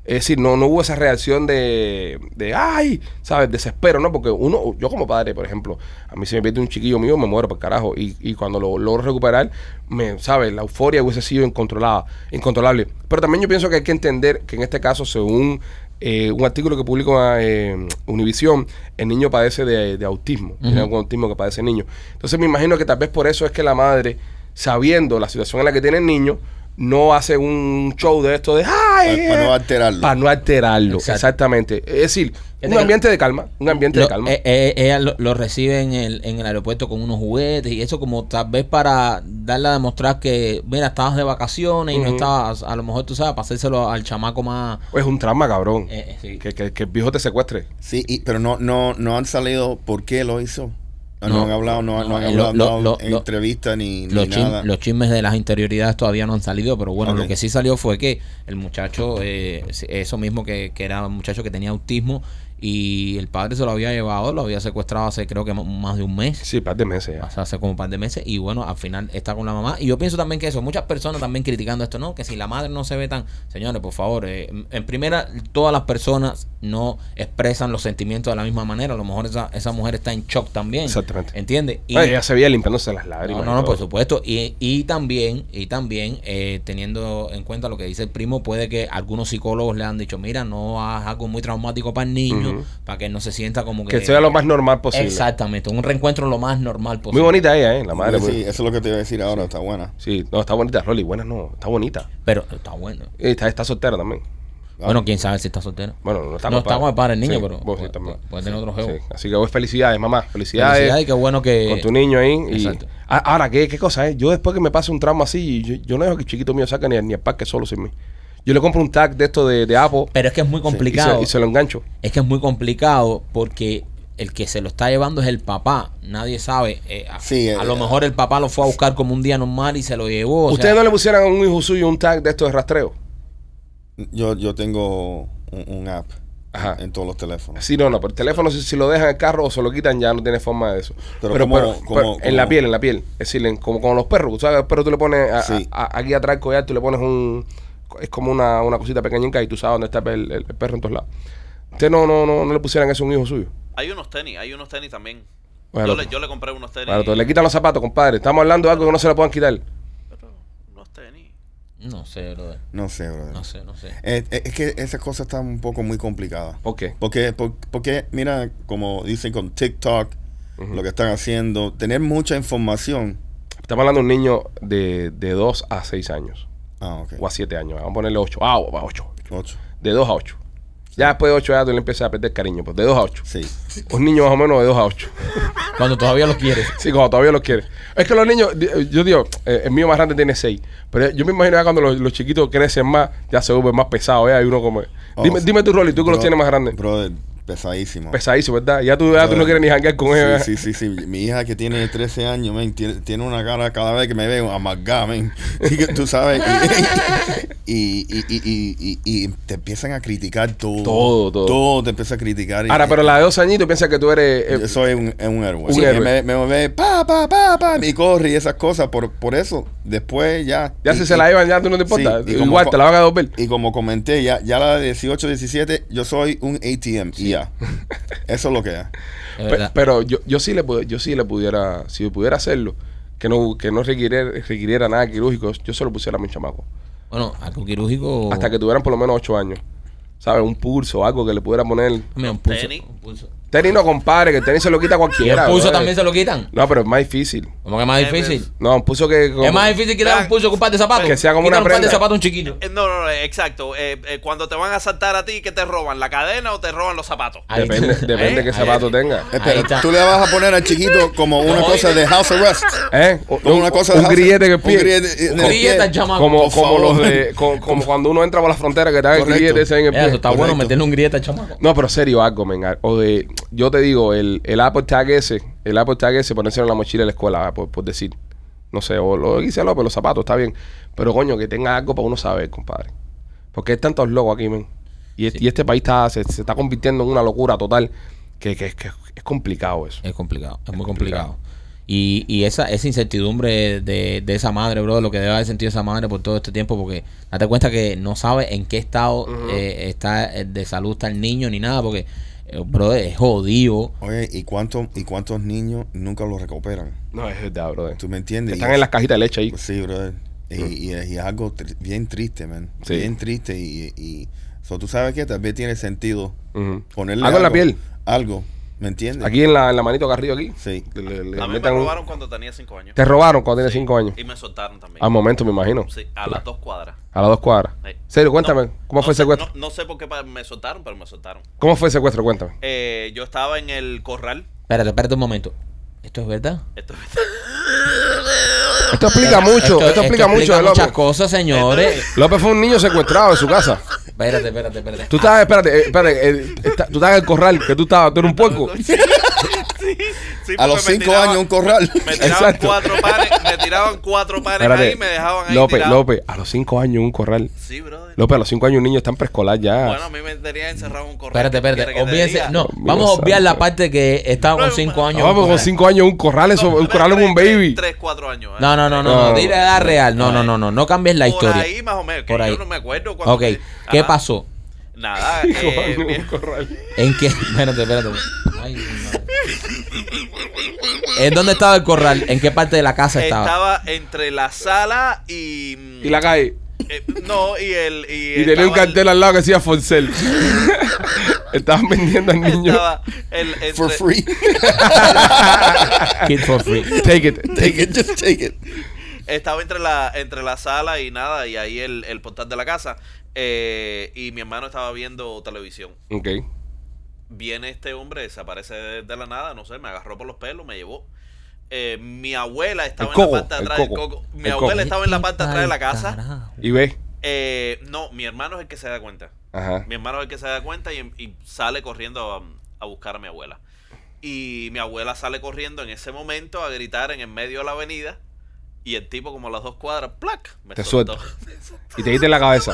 es decir, no, no hubo esa reacción de, de, ay, ¿sabes? Desespero, ¿no? Porque uno, yo como padre, por ejemplo, a mí si me pierde un chiquillo mío, me muero por carajo. Y, y cuando lo logro recuperar, me, ¿sabes? La euforia hubiese sido incontrolada, incontrolable. Pero también yo pienso que hay que entender que en este caso, según eh, un artículo que publicó eh, Univisión, el niño padece de, de autismo, tiene algún autismo que padece el niño. Entonces me imagino que tal vez por eso es que la madre, sabiendo la situación en la que tiene el niño, no hace un show de esto de ¡ay! Pa- eh, pa' no alterarlo. Para no alterarlo, Exacto. exactamente. Es decir, Fíjate un que- ambiente de calma, un ambiente Lo, de calma. eh, eh, ella lo, lo recibe en el, en el aeropuerto con unos juguetes y eso como tal vez para darle a demostrar que, mira, estabas de vacaciones y no Ujú. estabas, a lo mejor tú sabes, pasárselo al chamaco más... Pues es un trauma, cabrón. eh, eh, sí. que, que- que el viejo te secuestre. Sí, y- pero no, no, no han salido por qué lo hizo. Ah, No, no han hablado, no, no han eh, lo- hablado lo- lo- en lo- entrevista ni, ni los, chin- nada. los chismes de las interioridades todavía no han salido, pero bueno, Ok. lo que sí salió fue que el muchacho, eh, eso mismo que, que era un muchacho que tenía autismo y el padre se lo había llevado, lo había secuestrado hace creo que m- más de un mes. Sí, par de meses ya. o sea, hace como un par de meses y bueno, al final está con la mamá. Y yo pienso también que eso, muchas personas también criticando esto, ¿no? Que si la madre no se ve tan, señores, por favor, eh, en primera, todas las personas no expresan los sentimientos de la misma manera. A lo mejor esa, esa mujer está en shock también. Exactamente. ¿Entiendes? Y- Ay, ella se veía limpiándose las lágrimas. no, y no, no, todo. por supuesto. Y, y también, y también eh, teniendo en cuenta lo que dice el primo, puede que algunos psicólogos le han dicho, mira, no hagas algo muy traumático para el niño, Ujú. para que no se sienta como que... Que sea lo más normal posible. Exactamente, un reencuentro lo más normal posible. Muy bonita ella, ¿eh? La madre. sí, muy- pues. eso es lo que te iba a decir ahora, está buena. Sí, no, está bonita, Rolly. Buena no, está bonita. Pero está bueno. Eh, Está, está soltera también. Ah, Bueno, quién sabe si está soltero. Bueno, no está no está padre. con el padre el niño, Sí, pero vos sí puede, también. puede tener otro Sí, juego. Así que pues, felicidades, mamá. Felicidades. Felicidades, qué bueno que... Con tu niño ahí. y- Exacto. Ah, ahora, ¿qué, qué cosa es? Yo después que me pase un trauma así, yo, yo no dejo que el chiquito mío saque ni, al- ni al parque solo sin mí. Yo le compro un tag de esto de, de Apple Pero es que es muy y se, complicado. y se lo engancho. Es que es muy complicado porque el que se lo está llevando es el papá. Nadie sabe. eh, a, Sí, a eh, lo mejor el papá lo fue a buscar como un día normal y se lo llevó. o sea, ¿Ustedes no le pusieran a un hijo suyo un tag de esto de rastreo? Yo, yo tengo un, un app Ajá. en todos los teléfonos. Sí, no, no, pero el teléfono si, si lo dejan en el carro o se lo quitan ya no tiene forma de eso. Pero, pero, Pero ¿cómo- pero cómo- en la cómo? piel, en la piel. Es decir, en- como con los perros. ¿Sabes? Al perro tú le pones a- Sí. a- a- aquí atrás al collar, tú le pones un... Es como una, una cosita pequeñica y tú sabes dónde está el, el- el perro en todos lados. Usted no, no, no, no le pusieran eso a un hijo suyo. Hay unos tenis, hay unos tenis también. Bueno, pues, yo, otro. le, yo le compré unos tenis. Claro, entonces le quitan los zapatos, compadre. Estamos hablando de algo que no se lo puedan quitar. Pero unos tenis. No sé, brother. No sé, brother. No sé, no sé. Es, es- es que esas cosas están un poco muy complicadas. ¿Por qué? Porque, por- porque, mira, como dicen con TikTok, lo que están haciendo, tener mucha información. Estamos hablando de un niño de, de 2 a 6 años. Ah, ok. O a 7 años. Vamos a ponerle 8. Ah, 8. Ocho. De 2 a 8. Ya después de 8 ya tú le empiezas a perder cariño. Pues de 2 a 8. Sí. Un niño más o menos de 2 a 8. Cuando todavía lo quieres. Sí, como todavía los quiere. Es que los niños, di- yo digo, eh, el mío más grande tiene 6. Pero yo me imagino ya cuando los, los chiquitos crecen más, ya se vuelven más pesados. Ya, y uno como. Oh, dime, sí. dime tú, Rolly, tú que los Bro- tienes más grandes. Brother, pesadísimo. Pesadísimo, ¿verdad? Ya tú, ya tú no Brother, quieres ni janguear con ¿eh? ellos. ya. Sí, sí, sí, sí. Mi hija que tiene 13 años, men, tiene, tiene una cara cada vez que me veo amargada, men. Y que Tú sabes. Y, y, y, y, y- y te empiezan a criticar todo. Todo, todo. te empieza a criticar. y- Ahora, pero la de 2 añitos piensa que tú eres. eh, Yo soy un, un héroe. Un Sí, héroe. Me, me ve pa, pa, pa, pa, y corre y esas cosas. Por, por eso, después ya. ya y- si se y- la llevan, ya tú no te importa. Sí, y como Igual co- te la van a devolver. Y como comenté, ya, ya la de 18, 17, yo soy un ATM. Y ya. Eso es lo que es. Es Pe- verdad. pero yo, yo sí le pu- yo sí le pudiera, si pudiera hacerlo, que no, que no requiriera, requiriera nada quirúrgico, yo se lo pusiera a mi chamaco. bueno, algo quirúrgico. Hasta que tuvieran por lo menos 8 años. ¿Sabes? Un pulso o algo que le pudiera poner. Mira, un pulso. Tenis. Un pulso, Tenis no, compadre, que el tenis se lo quita ¿Y cualquiera. el pulso brother. también se lo quitan. No, pero es más difícil. ¿Cómo que es más Eh, pues, difícil? No, un pulso que. como- Es más difícil quitar un pulso que un par de zapatos. Que sea como una Quitar un par de prenda. zapatos a un chiquito. Eh, No, no, no, eh, exacto. Eh, eh, cuando te van a saltar a ti, ¿qué te roban? ¿La cadena o te roban los zapatos? Ahí Depende, está. depende ¿Eh? qué zapato tenga. Ahí está. Espera, tú le vas a poner al chiquito como una Oye. cosa de house arrest. ¿Eh? Un, Como una cosa de un house- grillete en el pie. Un grillete eh, en el Grillete pie. al chamaco. Como, Por como favor. los de, como, como cuando uno entra por la frontera que te dan el Correcto. grillete ese en el Mira, pie. eso está bueno, Correcto. meterle un grieta al chamaco. No, pero serio, algo, men. O de, yo te digo, el, el Apple Tag ese, el Apple Tag ese, ponérselo en la mochila de la escuela, ah, por, por decir. No sé, o lo dice López, los zapatos, está bien. Pero coño, que tenga algo para uno saber, compadre. Porque hay tantos locos aquí, men. Y, es- y este país está, se, se está convirtiendo en una locura total. Que, que- que es complicado eso. Es complicado, es, muy complicado. complicado. Y, y esa, esa incertidumbre de, de esa madre, bro, lo que debe haber sentido esa madre por todo este tiempo, porque date cuenta que no sabe en qué estado eh, está eh, de salud está el niño ni nada, porque, eh, bro, es jodido. Oye, ¿y, cuánto, ¿y cuántos niños nunca lo recuperan? No, es verdad, brother. ¿Tú me entiendes? Están Y- en las cajitas de leche ahí. Pues Sí, brother. Y, y, y es algo tri- bien triste, man. Mm. Sí. Bien triste. Y, y so, tú sabes que tal vez tiene sentido Ujú. ponerle Algo en la piel. Algo, ¿me entiendes? Aquí en la, en la manito carrillo aquí. Sí. Le- le- le a mí me metan un- robaron cuando tenía cinco años. Te robaron cuando tenías 5 años. Y me soltaron también. Al momento, me imagino. Sí, a las dos cuadras. A las dos cuadras. Sí. Serio, cuéntame, No, ¿cómo no fue el sé- secuestro? No, no sé por qué pa- me soltaron, pero me soltaron. ¿Cómo fue el secuestro? Cuéntame. Eh, yo estaba en el corral. Espérate, espérate un momento. ¿Esto es verdad? Esto es Esto explica mucho, esto, explica mucho de muchas López. cosas, señores. López fue un niño secuestrado de su casa. Espérate, espérate, espérate. Tú estabas, espérate, eh, espérate, eh, está- tú estabas en el corral, que tú estabas, tú eres un puerco. Sí, sí, A porque los me cinco tiraban- años un corral. Me tiraban Exacto. cuatro panes, me tiraban cuatro panes Espérate. ahí y me dejaban ahí López, tirado. López, a los cinco años un corral. Sí, brother. López, a los cinco años un niño está en preescolar ya. Ah, Bueno, a mí me tenía encerrado en un corral. Espérate, ¿Qué espérate. quieres que te Olvídense. diga? No, Dios mío vamos a obviar la santo. parte que estaba con Luego, 5 años. No, vamos con cinco años un corral, eso, un corral es un pues. tres, tres, baby. Tres, cuatro años. ¿eh? No, no, no, no, no. No. Dile la edad real. No, no, no, no. No cambies la Por historia. ahí más o menos. que Por ahí. Yo no me acuerdo cuando. Ok, ¿qué Ajá. pasó? Nada. Cinco Eh, años un bien- corral. ¿En qué? Espérate, espérate. Ay, madre. ¿En dónde estaba el corral? ¿En qué parte de la casa estaba? estaba entre la sala y. mm, Y la calle. eh, no, y el. Y, Y tenía un estaba el- cartel al lado que decía Forcel. Estaban vendiendo al niño. Estaba el, entre- For free. Kid for free. Take it. take it, just take it. Estaba entre la, entre la sala y nada, y ahí el, el portal de la casa. eh, y mi hermano estaba viendo televisión. Ok. Viene este hombre, desaparece de, de la nada, no sé, me agarró por los pelos, me llevó. Eh, mi abuela estaba El en la coco, parte de el atrás del coco, coco. Mi el coco. abuela estaba en la parte de atrás de la casa. Carajo. Y ve. Eh, no, mi hermano es el que se da cuenta. Ajá. Mi hermano es el que se da cuenta y, em, y sale corriendo a, a buscar a mi abuela. Y mi abuela sale corriendo en ese momento a gritar en el medio de la avenida. Y el tipo, como a las dos cuadras, ¡plac! Me Te soltó. Y te diste en la cabeza.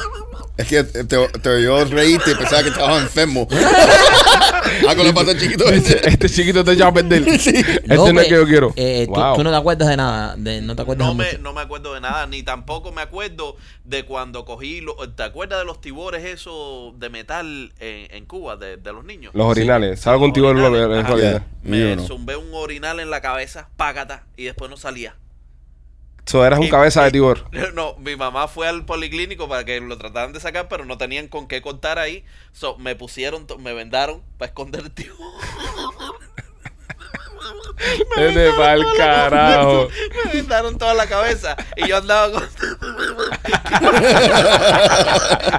Es que te, te oyó reírte y pensaba que estabas enfermo. ah, con los pasos chiquitos. Este chiquito te echaba a perder. Este no López, es que yo quiero. eh, tú- Wow. tú, no te acuerdas de nada. de- no te acuerdas No de me, mucho. no me acuerdo de nada, ni tampoco me acuerdo de cuando cogí. lo- ¿Te acuerdas de los tibores esos de metal en, en Cuba, de, de los niños? Los orinales. Salgo Los contigo en orinales, lo- en ajá. realidad. Me Yo no. zumbé un orinal en la cabeza, págata, y después no salía. So, eras un Eh, cabeza de tibor. No, mi mamá fue al policlínico para que lo trataran de sacar, pero no tenían con qué cortar ahí. So, me pusieron, to- me vendaron para esconder el tío. Este pa'l carajo. me vendaron toda la cabeza y yo andaba con...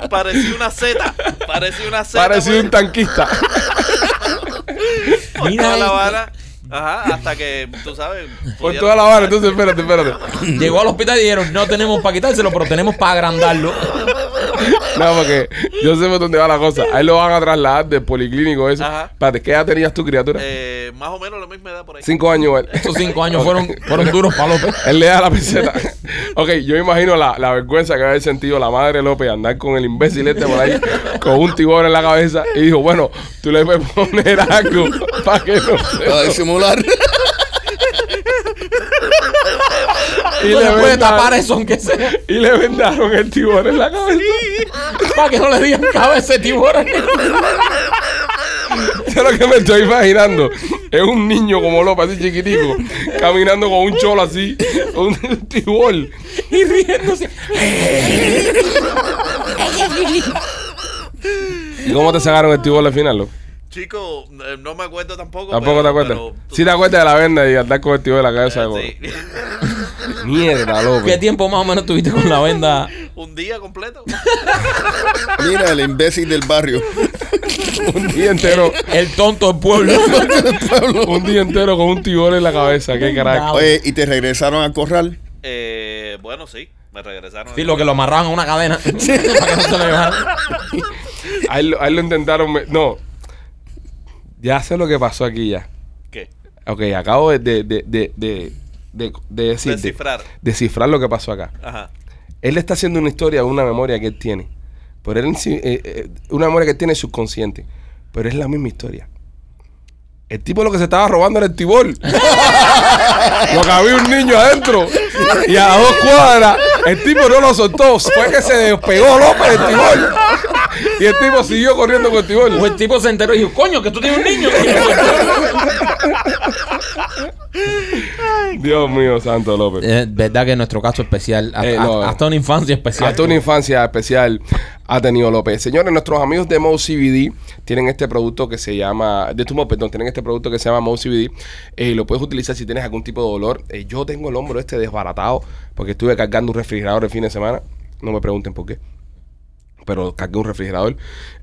parecía una seta, parecía una seta. pues, Parecía un tanquista. Por Mira toda la esto. vara. Ajá, hasta que, tú sabes... Por pudieron- toda la vara. Entonces, espérate, espérate. Llegó al hospital y dijeron, no tenemos para quitárselo, pero tenemos para agrandarlo. No, porque yo sé por dónde va la cosa. Ahí lo van a trasladar del policlínico eso. Ajá. Espérate, ¿qué edad tenías tu criatura? eh, más o menos la misma edad por ahí. Cinco años igual. Esos cinco años fueron, fueron duros para López. Él le da la peseta. ok, yo me imagino la, la vergüenza que había sentido la madre López andar con el imbécil este por ahí, con un tibor en la cabeza, y dijo, bueno, tú le puedes poner algo para que no se... Para disimular. Y Tú le puedes vendaron- tapar ¿eh? eso aunque sea. Y le vendaron el tibor en la cabeza. Para que no le digan cabeza de tiburón. Eso es lo que me estoy imaginando. Es un niño como López, así chiquitico, caminando con un cholo así, con un tibor. Y riéndose. ¿Y cómo te sacaron el tibor al final, López? Chico, eh, no me acuerdo tampoco. Tampoco pero- te acuerdas. pero tú- Sí te acuerdas de la venda y andar con el tibor en la cabeza. Eh, de sí. Mierda, ¿Qué López. tiempo más o menos tuviste con la venda? Un día completo. Mira, el imbécil del barrio. Un día entero. El tonto del pueblo. Un día entero con un tibor en la cabeza, qué carajo. Oye, y te regresaron al corral. Eh, bueno, sí, me regresaron. Sí, lo que lo amarraban a una cadena. para que no se lo llevaran. A él, lo- a él lo intentaron. me- No. Ya sé lo que pasó aquí ya. ¿Qué? Ok, acabo de, de, de, de, de, de- de decirte- Descifrar. Descifrar lo que pasó acá. Ajá. Él está haciendo una historia de una memoria que él tiene. Pero él, en sí- eh, eh, una memoria que él tiene subconsciente. Pero es la misma historia. El tipo lo que se estaba robando era el tibol. lo que había un niño adentro. Y a dos cuadras, el tipo no lo soltó. Fue que se despegó López del tibol. Y el tipo siguió corriendo con el tibol. O el tipo se enteró y dijo, coño, que tú tienes un niño. Dios mío, santo López. Es verdad que nuestro caso especial, hasta, Eh, no. hasta una infancia especial. Hasta una infancia especial ha tenido López. Señores, nuestros amigos de Mo CBD tienen este producto que se llama, de Tumor, perdón, tienen este producto que se llama Mo CBD. Eh, lo puedes utilizar si tienes algún tipo de dolor. Eh, yo tengo el hombro este desbaratado porque estuve cargando un refrigerador el fin de semana. No me pregunten por qué. Pero cargué un refrigerador.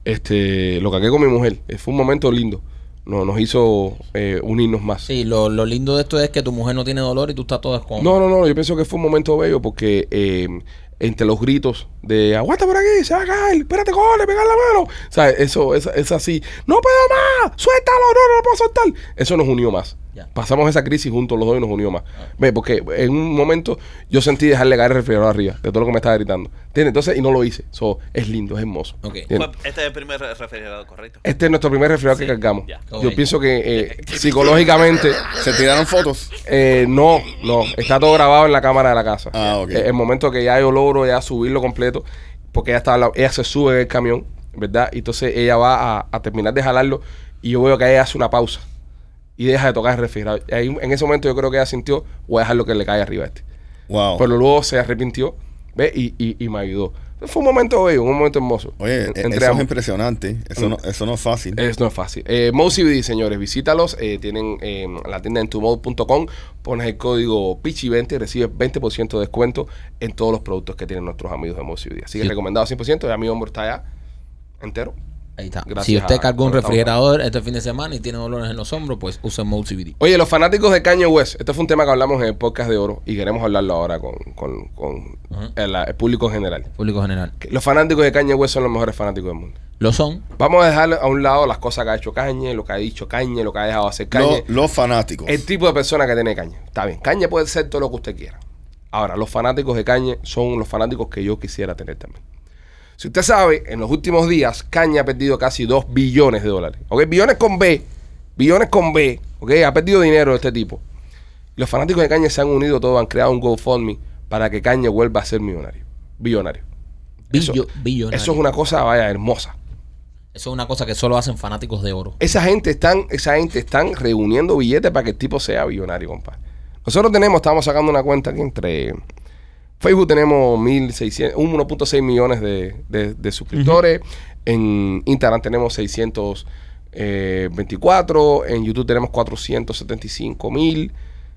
Este, lo cargué con mi mujer. Eh, fue un momento lindo. No, nos hizo eh, unirnos más. Sí, lo, lo lindo de esto es que tu mujer no tiene dolor y tú estás todo con No, no, no, yo pienso que fue un momento bello porque eh, entre los gritos de aguanta por aquí, se va a caer, espérate, cole, pegar la mano. O sea, eso es, es así, no puedo más, suéltalo, no, no lo puedo soltar. Eso nos unió más. Ya. Pasamos esa crisis juntos los dos y nos unió más. Ve, porque en un momento yo sentí dejarle caer el refrigerador arriba, de todo lo que me estaba gritando. ¿Entiendes? Entonces, y no lo hice. So, es lindo, es hermoso. Ok. ¿Entiendes? Fue- Este es el primer re- refrigerador, correcto. Este es nuestro primer refrigerador Sí, que cargamos. ya. Yo Ok. pienso que eh, psicológicamente, Se tiraron fotos. eh, no, no, está todo grabado en la cámara de la casa. Ah, ok. Eh, el momento que ya yo logro ya subirlo completo, porque ella, estaba, ella se sube en el camión, ¿verdad? Y entonces ella va a, a terminar de jalarlo y yo veo que ella hace una pausa y deja de tocar el refrigerador. Y ahí, en ese momento yo creo que ella sintió, voy a dejar lo que le cae arriba a este. Wow. Pero luego se arrepintió ¿ves? Y, y- y me ayudó. Fue un momento bello, un momento hermoso. Oye, En- Mm. e- entre eso es ambos. impresionante. Eso no, eso no es fácil. Es, no es fácil. Eh, Mo CBD, señores, visítalos. eh, tienen eh, la tienda en tumod.com. Pones el código PICHI20 y recibes 20% de descuento en todos los productos que tienen nuestros amigos de Mo CBD. Así que Sí. recomendado 100%. Ya mi hombro está ya entero. Ahí está. Gracias si usted a- cargó un por esta refrigerador este fin de semana y tiene dolores en los hombros, pues usa Mode CBD. Oye, los fanáticos de Kanye West. Este fue un tema que hablamos en el podcast de Oro y queremos hablarlo ahora con, con- con Ajá. el, el público en general. Público general. Que Los fanáticos de Kanye West son los mejores fanáticos del mundo. Lo son. Vamos a dejar a un lado las cosas que ha hecho Kanye, lo que ha dicho Kanye, lo que ha dejado de hacer Kanye. Lo- los fanáticos. El tipo de persona que tiene Caña. Está bien. Caña puede ser todo lo que usted quiera. Ahora, los fanáticos de Caña son los fanáticos que yo quisiera tener también. Si usted sabe, en los últimos días, Caña ha perdido casi 2 billones de dólares. ¿Ok? Billones con B. Billones con B. ¿Ok? Ha perdido dinero este tipo. Los fanáticos de Caña se han unido todos, han creado un GoFundMe para que Caña vuelva a ser millonario. Billonario. Eso- Billo- billonario. Eso es una cosa, vaya, hermosa. Eso es una cosa que solo hacen fanáticos de oro. Esa gente están, esa gente están reuniendo billetes para que el tipo sea billonario, compadre. Nosotros tenemos, estamos sacando una cuenta aquí entre Facebook tenemos 1.600, 1.6 millones de, de- de suscriptores. En Instagram tenemos 624. En YouTube tenemos 475 mil.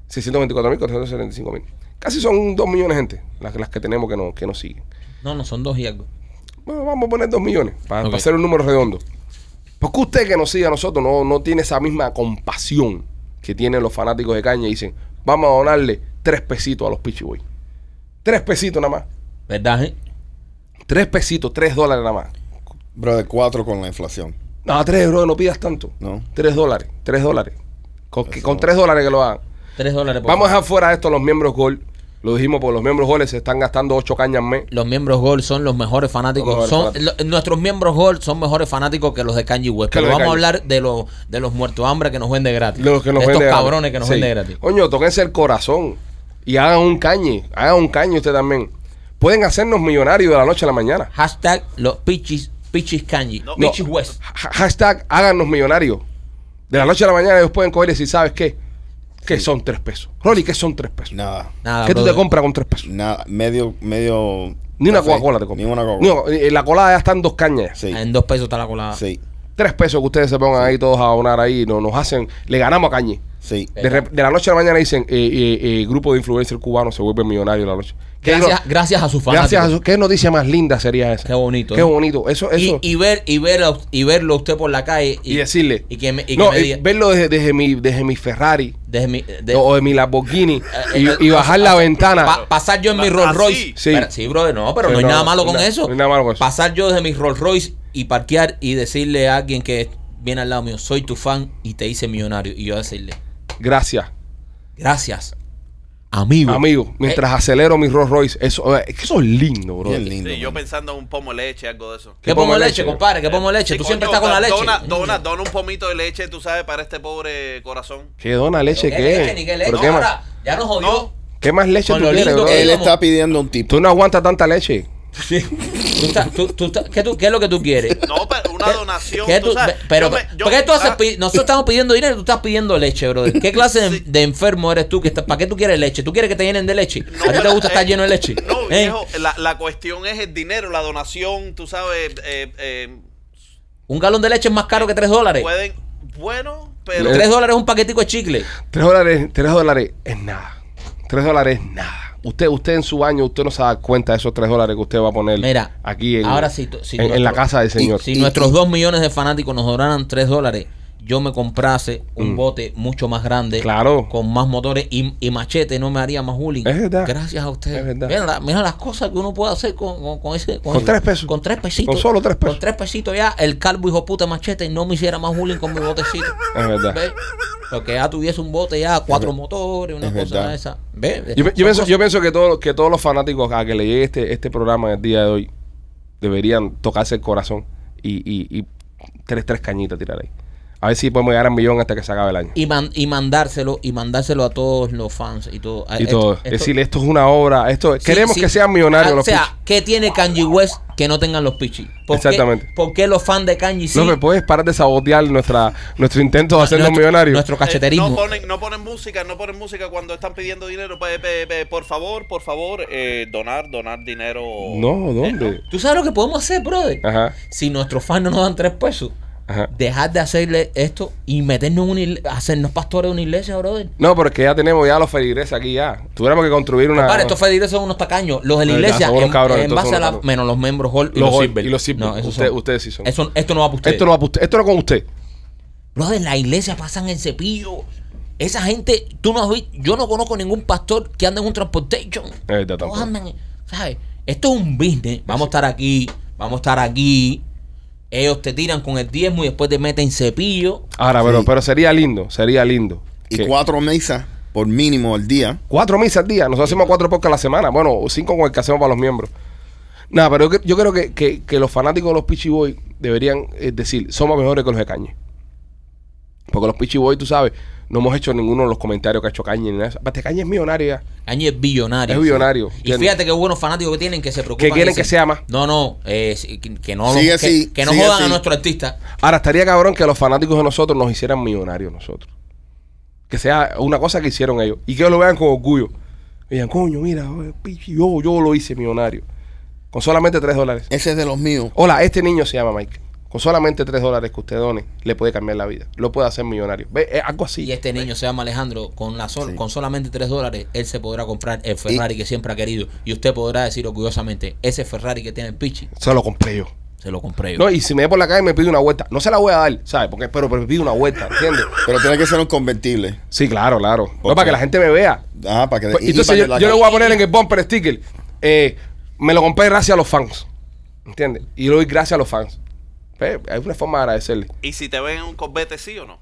624 mil, 475 mil. Casi son 2 millones de gente las, las que tenemos que, no, que nos siguen. No, no, son dos y algo. Bueno, vamos a poner 2 millones para, Ok. para hacer un número redondo. ¿Por qué usted que nos sigue a nosotros no, no tiene esa misma compasión que tienen los fanáticos de caña y dicen, vamos a donarle tres pesitos a los Pichi Boys? Tres pesitos nada más. ¿Verdad, eh? Tres pesitos, tres dólares nada más. Bro, de cuatro con la inflación. No, tres, bro, no pidas tanto. No. Tres dólares, tres dólares. Con, que- Eso. con tres dólares que lo hagan. Tres dólares por Vamos a favor. dejar fuera de esto los miembros Gold. Lo dijimos porque los miembros Gold se están gastando ocho cañas al mes. Los miembros Gold son los mejores fanáticos. Los mejores son, fanáticos. lo- nuestros miembros Gold son mejores fanáticos que los de Kanye West. Que Pero los de vamos a Kanye. hablar de los de los muertos hambre que nos venden gratis. Los que nos De Estos venden gratis. cabrones que nos Sí. venden gratis. Coño, tóquense el corazón y hagan un cañe. Hagan un cañe usted también. Pueden hacernos millonarios de la noche a la mañana. Hashtag los pichis, pichis Kanye. No. Pichis West. Ha- Hashtag háganos millonarios. De la noche a la mañana ellos pueden coger y decir, ¿sabes qué? Que son tres pesos. Rolly, ¿qué son tres pesos? Nada. Nada, ¿Qué tú te brother. compras con tres pesos? Nada. Medio, medio. Ni una café, Coca-Cola te compras. Ni una Coca-Cola. No, eh, la colada ya están dos cañas. Sí. En dos pesos está la Ah, colada. Sí. Tres pesos que ustedes se pongan ahí todos a abonar ahí. No, nos hacen, le ganamos a cañe. Sí. De, rep- de la noche a la mañana dicen, eh, eh, eh, grupo de influencers cubanos se vuelve millonario de la noche. ¿Qué Gracias, no- gracias a sus fanáticos. Gracias a su, qué noticia más linda sería esa. Qué bonito, Qué ¿eh? bonito. Eso, Y- eso. Y, ver, y, ver a- y verlo a usted por la calle. y, decirle. Y que me, y que no, eh, me y diga, verlo desde, desde mi, desde mi Ferrari desde mi- de- o de mi Lamborghini y, eh, y bajar la ventana. pa- pasar yo en mi Ah, Rolls sí. Royce. Sí. Pero- sí, brother, no, pero Sí, no hay no, nada no, malo con no, eso. no hay nada malo con eso. Pasar yo desde mi Rolls Royce y parquear y decirle a alguien que viene al lado mío, soy tu fan y te hice millonario. Y yo decirle, Gracias, gracias, amigo. eh. amigo. Mientras acelero mi Rolls Royce. Eso, eh, es que eso es lindo, bro. Bien lindo. Sí, yo man. pensando en un pomo de leche, algo de eso. ¿Qué pongo de leche, compadre? ¿Qué pongo de leche? Eh, Sí, Tú coño, siempre estás con la da- leche. Dona, dona, dona un pomito de leche, tú sabes, para este pobre corazón. ¿Qué dona leche ¿Qué que leche, ni qué leche? ¿Pero No, qué, ahora más, ya nos jodió. No. ¿Qué más leche Con tú lo quieres, lindo bro? que Él es. está pidiendo un tipo. Tú no aguantas tanta leche. Tú estás- tú- tú estás- ¿qué, tú- qué es lo que tú quieres? No, pero una donación. ¿Qué tú tú- sabes, pero, yo me- yo- ¿por qué tú haces ah, pi- Nosotros estamos pidiendo dinero y tú estás pidiendo leche, brother. ¿Qué clase de, Sí. de enfermo eres tú? Que está- ¿Para qué tú quieres leche? ¿Tú quieres que te llenen de leche? No, ¿A ti te pero, gusta estar eh, lleno de leche? No, ¿Eh? viejo, la, la cuestión es el dinero, la donación, tú sabes. eh, eh, Un galón de leche es más caro que 3 dólares. pueden. Bueno, pero. 3 dólares es un paquetico de chicle. Tres dólares, tres dólares es nada. Tres dólares es nada. Usted, usted en su baño, usted no se da cuenta de esos tres dólares que usted va a poner Mira, aquí en, ahora sí, tú- sí, en, en la nuestro- casa del Señor. Si nuestros 2 millones de fanáticos nos donaran 3 dólares, yo me comprase un bote mucho más grande, Mm. Claro. con más motores y, y machete, no me haría más bullying. Es verdad. Gracias a ustedes. Es verdad. Mira, la- mira las cosas que uno puede hacer con, con, con ese. Con tres pesos. Con tres pesitos. Con solo tres pesos. Con tres pesitos ya, el calvo hijo puta machete no me hiciera más bullying con mi botecito. Es verdad. ¿Ves? Porque ya tuviese un bote ya, cuatro motores, una es cosa verdad. de esa. ¿Ves? Yo, yo Son pienso, cosas- yo pienso que, todos, que todos los fanáticos a que le llegue este, este programa el día de hoy deberían tocarse el corazón y, y- y tres, tres cañitas tirar ahí. A ver si podemos llegar al millón hasta que se acabe el año. y, man- y mandárselo y mandárselo a todos los fans y todo Y Ah, Esto- todo. esto- Decirle, esto es una obra. esto sí, Queremos sí. que sean millonarios Ah, los o sea Pichi. ¿qué tiene Kanye West que no tengan los pichis? Exactamente. qué, por qué los fans de Kanye sí No me puedes parar de sabotear nuestra, nuestro intento de hacernos nuestro, millonarios. nuestro Eh, cacheterismo no, ponen, no ponen música, no ponen música cuando están pidiendo dinero. Pe- pe- pe- por favor, por favor, eh, donar, donar dinero. Eh, No, ¿dónde? tú sabes lo que podemos hacer brother Ajá, si nuestros fans no nos dan tres pesos ajá. dejar de hacerle esto y meternos en una igle- hacernos pastores de una iglesia brother No, pero es que ya tenemos ya los feligreses aquí ya. Tuviéramos que construir una... Para, estos federales son unos tacaños. Los de la Ya, iglesia, son unos en, cabrones, en entonces son base a la, unos cabrones. menos los miembros Hall Los y los, Hall Silver. y los Silver. No, esos Ustedes- son- ustedes sí son. Eso- esto no va para ustedes. Esto no va pa' usted- esto no con usted. Bro, en la iglesia pasan el cepillo. Esa gente, tú no has visto, yo no conozco ningún pastor que anda en un transportation. Es verdad, Todos tampoco. andan, en- ¿sabes? Esto es un business. Vamos a estar aquí, vamos a estar aquí. Ellos te tiran con el diezmo y después te meten cepillo. Ahora, pero, Sí. pero sería lindo, sería lindo. Y que- cuatro mesas por mínimo al día. Cuatro misas al día. Nosotros hacemos cuatro podcasts a la semana. Bueno, o cinco con el que hacemos para los miembros. Nada, pero yo, cre- yo creo que, que- que los fanáticos de los Pichi Boys deberían eh, decir, somos mejores que los de Cañe. Porque los Pichi Boys, tú sabes, no hemos hecho ninguno de los comentarios que ha hecho Cañe ni nada. de eso. Aparte, Cañe es millonario ya. Año es billonario. Es billonario, Y ¿entiendes? fíjate qué buenos fanáticos que tienen que se preocupan. Que quieren dicen, que sea más. No, no, eh, sí, que, que no, Sigue que, así, que no sigue jodan a así. nuestro artista. Ahora, estaría cabrón que los fanáticos de nosotros nos hicieran millonarios nosotros. Que sea una cosa que hicieron ellos. Y que ellos lo vean con orgullo. Y digan, coño, mira, oh, Pichi, yo, yo lo hice millonario. Con solamente tres dólares. Ese es de los míos. Hola, este niño se llama Mike. Con solamente 3 dólares que usted done, le puede cambiar la vida. Lo puede hacer millonario. Ve, es algo así. Y este niño se llama Alejandro, con, la sol- con solamente 3 dólares, él se podrá comprar el Ferrari que siempre ha querido. Y usted podrá decir orgullosamente, ese Ferrari que tiene el Pichi, Se lo compré yo. se lo compré yo. No, y si me ve por la calle me pide una vuelta. No se la voy a dar, ¿sabes? Porque, pero, pero me pide una vuelta, ¿entiendes? Pero tiene que ser un convertible. Sí, claro, claro. No, Ok. para que la gente me vea. Ah, para que Pues, y- y entonces para yo, que la- yo le voy a poner en el bumper sticker. eh, me lo compré gracias a los fans. ¿Entiendes? Y lo doy gracias a los fans. Ve, hay una forma de agradecerle. Y si te ven en un corbete, sí o no.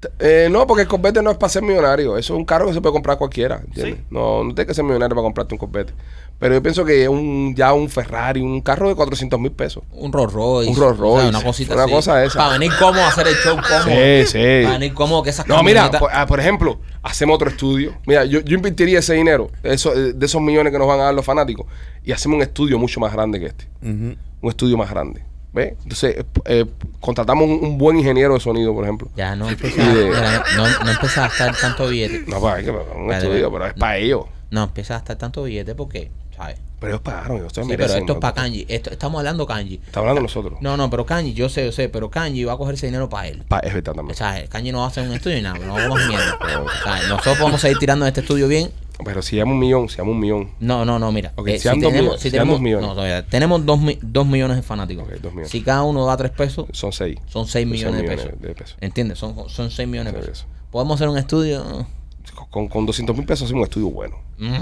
T- eh, no, porque el Corvette no es para ser millonario. Eso es un carro que se puede comprar cualquiera. ¿entiendes? Sí. No, no tienes que ser millonario para comprarte un Corvette. Pero yo pienso que un, ya un Ferrari, un carro de 400 mil pesos. Un Rolls Royce. Un Rolls o sea, Royce, una cosita una así. cosa de esa. Para venir cómodo a hacer el show cómodo. Sí, sí. Para venir cómodo que esas No, mira, camionetas- por, ah, por ejemplo, hacemos otro estudio. Mira, yo, yo invertiría ese dinero, eso, eh, de esos millones que nos van a dar los fanáticos, y hacemos un estudio mucho más grande que este. Ujú. Un estudio más grande. ¿Ves? Entonces, eh, eh, contratamos un, un buen ingeniero de sonido, por ejemplo. Ya no empieza, Y de- mira, no, no empieza a gastar tanto billete. No, pues, para, un Vale, estudio, vale. Mm. pero es para ellos. No empieza a gastar tanto billete porque, ¿sabes? Pero ellos pagaron, ellos se Sí, pero merecen, esto es ¿no? para Kanji. Esto, estamos hablando Kanji. Estamos hablando nosotros. No, no, pero Kanji, yo sé, yo sé, pero Kanji va a coger ese dinero para él. Pa- es verdad también. O sea, el Kanye no va a hacer un estudio y nada, no vamos mierda. O sea, nosotros podemos seguir tirando de este estudio bien. Pero si llama un millón, si llama un millón. No, no, no, mira. Ok, Eh, sean si dos tenemos, millones, si sean tenemos, dos millones. no, todavía tenemos dos, mi- dos millones de fanáticos. Ok, dos millones. Si cada uno da tres pesos, Son seis. son seis millones, de, millones pesos. de pesos. ¿Entiendes? Son, son seis millones de Seis pesos. Podemos hacer un estudio. Con, con 200 mil pesos hacemos un estudio bueno. Mm,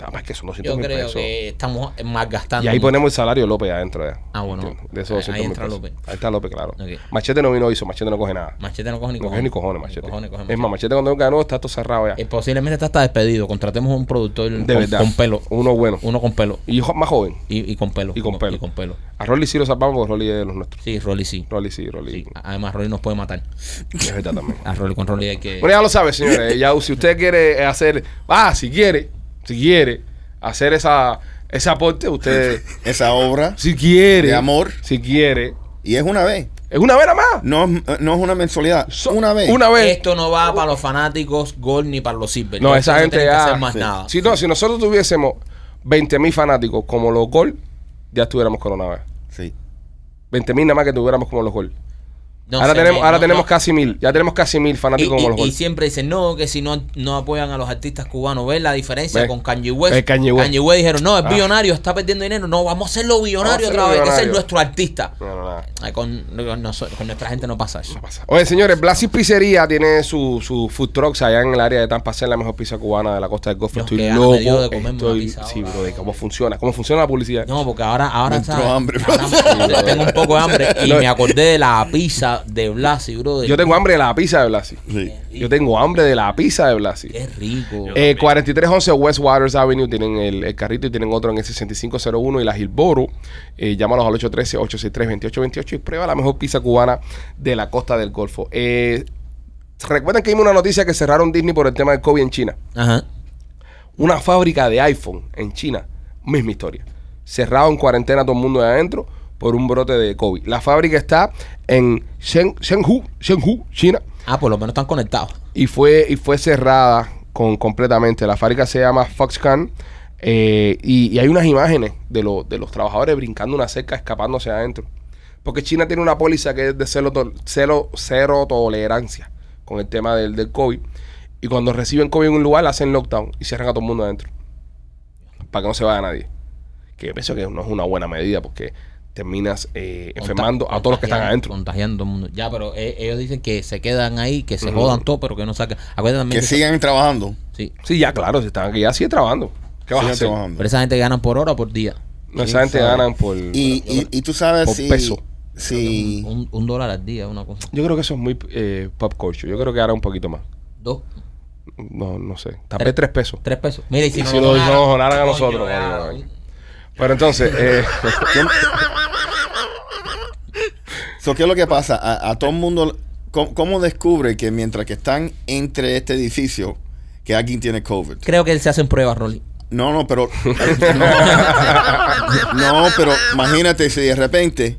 Nada más que son 200 yo mil creo pesos. que estamos malgastando. Y ahí mucho. ponemos el salario de López adentro. Ya. Ah, bueno. ¿Entiendes? De esos Ahí 200 mil entra pesos. López. Ahí está López, claro. Ok. Machete no vino hizo, Machete no coge nada. Machete no coge ni no cojones. coge ni cojones, Machete. cojones coge Es más, Machete cuando ganó está todo cerrado ya. Eh, posiblemente está hasta despedido. Contratemos un productor de con, verdad. con pelo. Uno bueno. Uno con pelo. Y jo- más joven. Y, y con pelo. Y con pelo. Y con pelo. A Rolly sí lo salvamos porque Rolly es de los nuestros. Sí, Rolly sí. Rolly sí, Rolly. Sí, a- Además, Rolly nos puede matar. Es verdad también. A Rolly con Rolly hay que. Bueno, ya lo sabe, señores. Ya si usted quiere hacer, ah, si quiere, si quiere hacer esa ese aporte, usted, Esa obra. si quiere, De amor. si quiere, Y es una vez. es una vez nada más. No, es- no es una mensualidad. So- una vez. Una vez. Esto no va para los fanáticos Gol ni para los Silver. pues, no, Esto esa gente tiene que ya. hacer más Sí. nada. Si no, si nosotros tuviésemos 20 mil fanáticos como los gol, ya estuviéramos coronados. Sí. 20 mil nada más que tuviéramos como los gol. No ahora sé, tenemos, no, ahora no. tenemos casi mil. Ya tenemos casi mil Y, fanáticos y- como los y Golden. siempre dicen, no, que si no, no apoyan a los artistas cubanos, ¿ves la diferencia Ve. con Kanye West? Ve Kanye West. dijeron, no, es Ah. billonario, está perdiendo dinero, no, vamos a hacerlo Vamos a billonario otra hacerlo vez, que ese es billonario. nuestro artista. No, no, nada. Ay, con, con nosotros- con nuestra gente no pasa eso. pasa. Oye, señores, Blasis Pizzería tiene su, su food trucks allá en el área de Tampa. Es la mejor pizza cubana de la costa del Golfo. Los Estoy que ganan loco. me dio de comerme una Estoy- pizza sí, ahora. bro, de cómo funciona. ¿Cómo funciona la publicidad? No, porque ahora, ahora Me entró está- hambre, bro. ahora tengo un poco de hambre y me acordé de la pizza de Blasi, bro. Yo tengo hambre de la pizza de Blasi. Sí. Yo tengo hambre de la pizza de Blasi. Qué rico. Eh, 4311 West Waters Avenue tienen el, el carrito y tienen otro en el 6501 y la Gilboro. Eh, llámalos al 813-863-2828 y prueba la mejor pizza cubana de la costa del Golfo. Eh, Recuerden que vimos una noticia que cerraron Disney por el tema del COVID en China. Ajá. Una fábrica de iPhone en China, misma historia. Cerrado en cuarentena todo el mundo de adentro por un brote de COVID. La fábrica está en Shen- Shenzhou, Shenzhou, China Ah, por lo menos están conectados. y fue y fue cerrada con completamente la fábrica se llama Foxconn eh, y, y hay unas imágenes de, lo- de los trabajadores brincando una cerca escapándose adentro porque China tiene una póliza que es de cero, to- cero, cero tolerancia con el tema del, del COVID y cuando reciben COVID en un lugar hacen lockdown y cierran a todo el mundo adentro para que no se vaya nadie que yo pienso que no es una buena medida porque terminas eh, enfermando a todos los que están Contagiando- adentro Contagiando todo el mundo. Ya, pero eh, ellos dicen que se quedan ahí, que se Ujú. jodan todo, pero que no saquen. Acuérdate también Que sigan trabajando. Sí. sí ya claro si están aquí ya sigue trabajando ¿qué vas a Sigan hacer? trabajando. Pero esa gente ganan por hora o por día. No, esa gente ganan por. Y, y, y tú sabes Por si. peso. si- Un, un dólar al día, una cosa. Yo creo que eso es muy eh, pop culture. Yo creo que ahora un poquito más. Dos, No, no sé. Tal vez tres pesos. tres pesos. Mira, y si Y no si lo nos donaran, no nos donaran a coño, nosotros. ya. coño, coño. Pero entonces, eh, so, ¿Qué es lo que pasa? A, a todo el mundo. ¿cómo, cómo descubre que mientras que están entre este edificio, que alguien tiene COVID? Creo que se hacen pruebas, Rolly. No, no, pero. No, pero imagínate si de repente,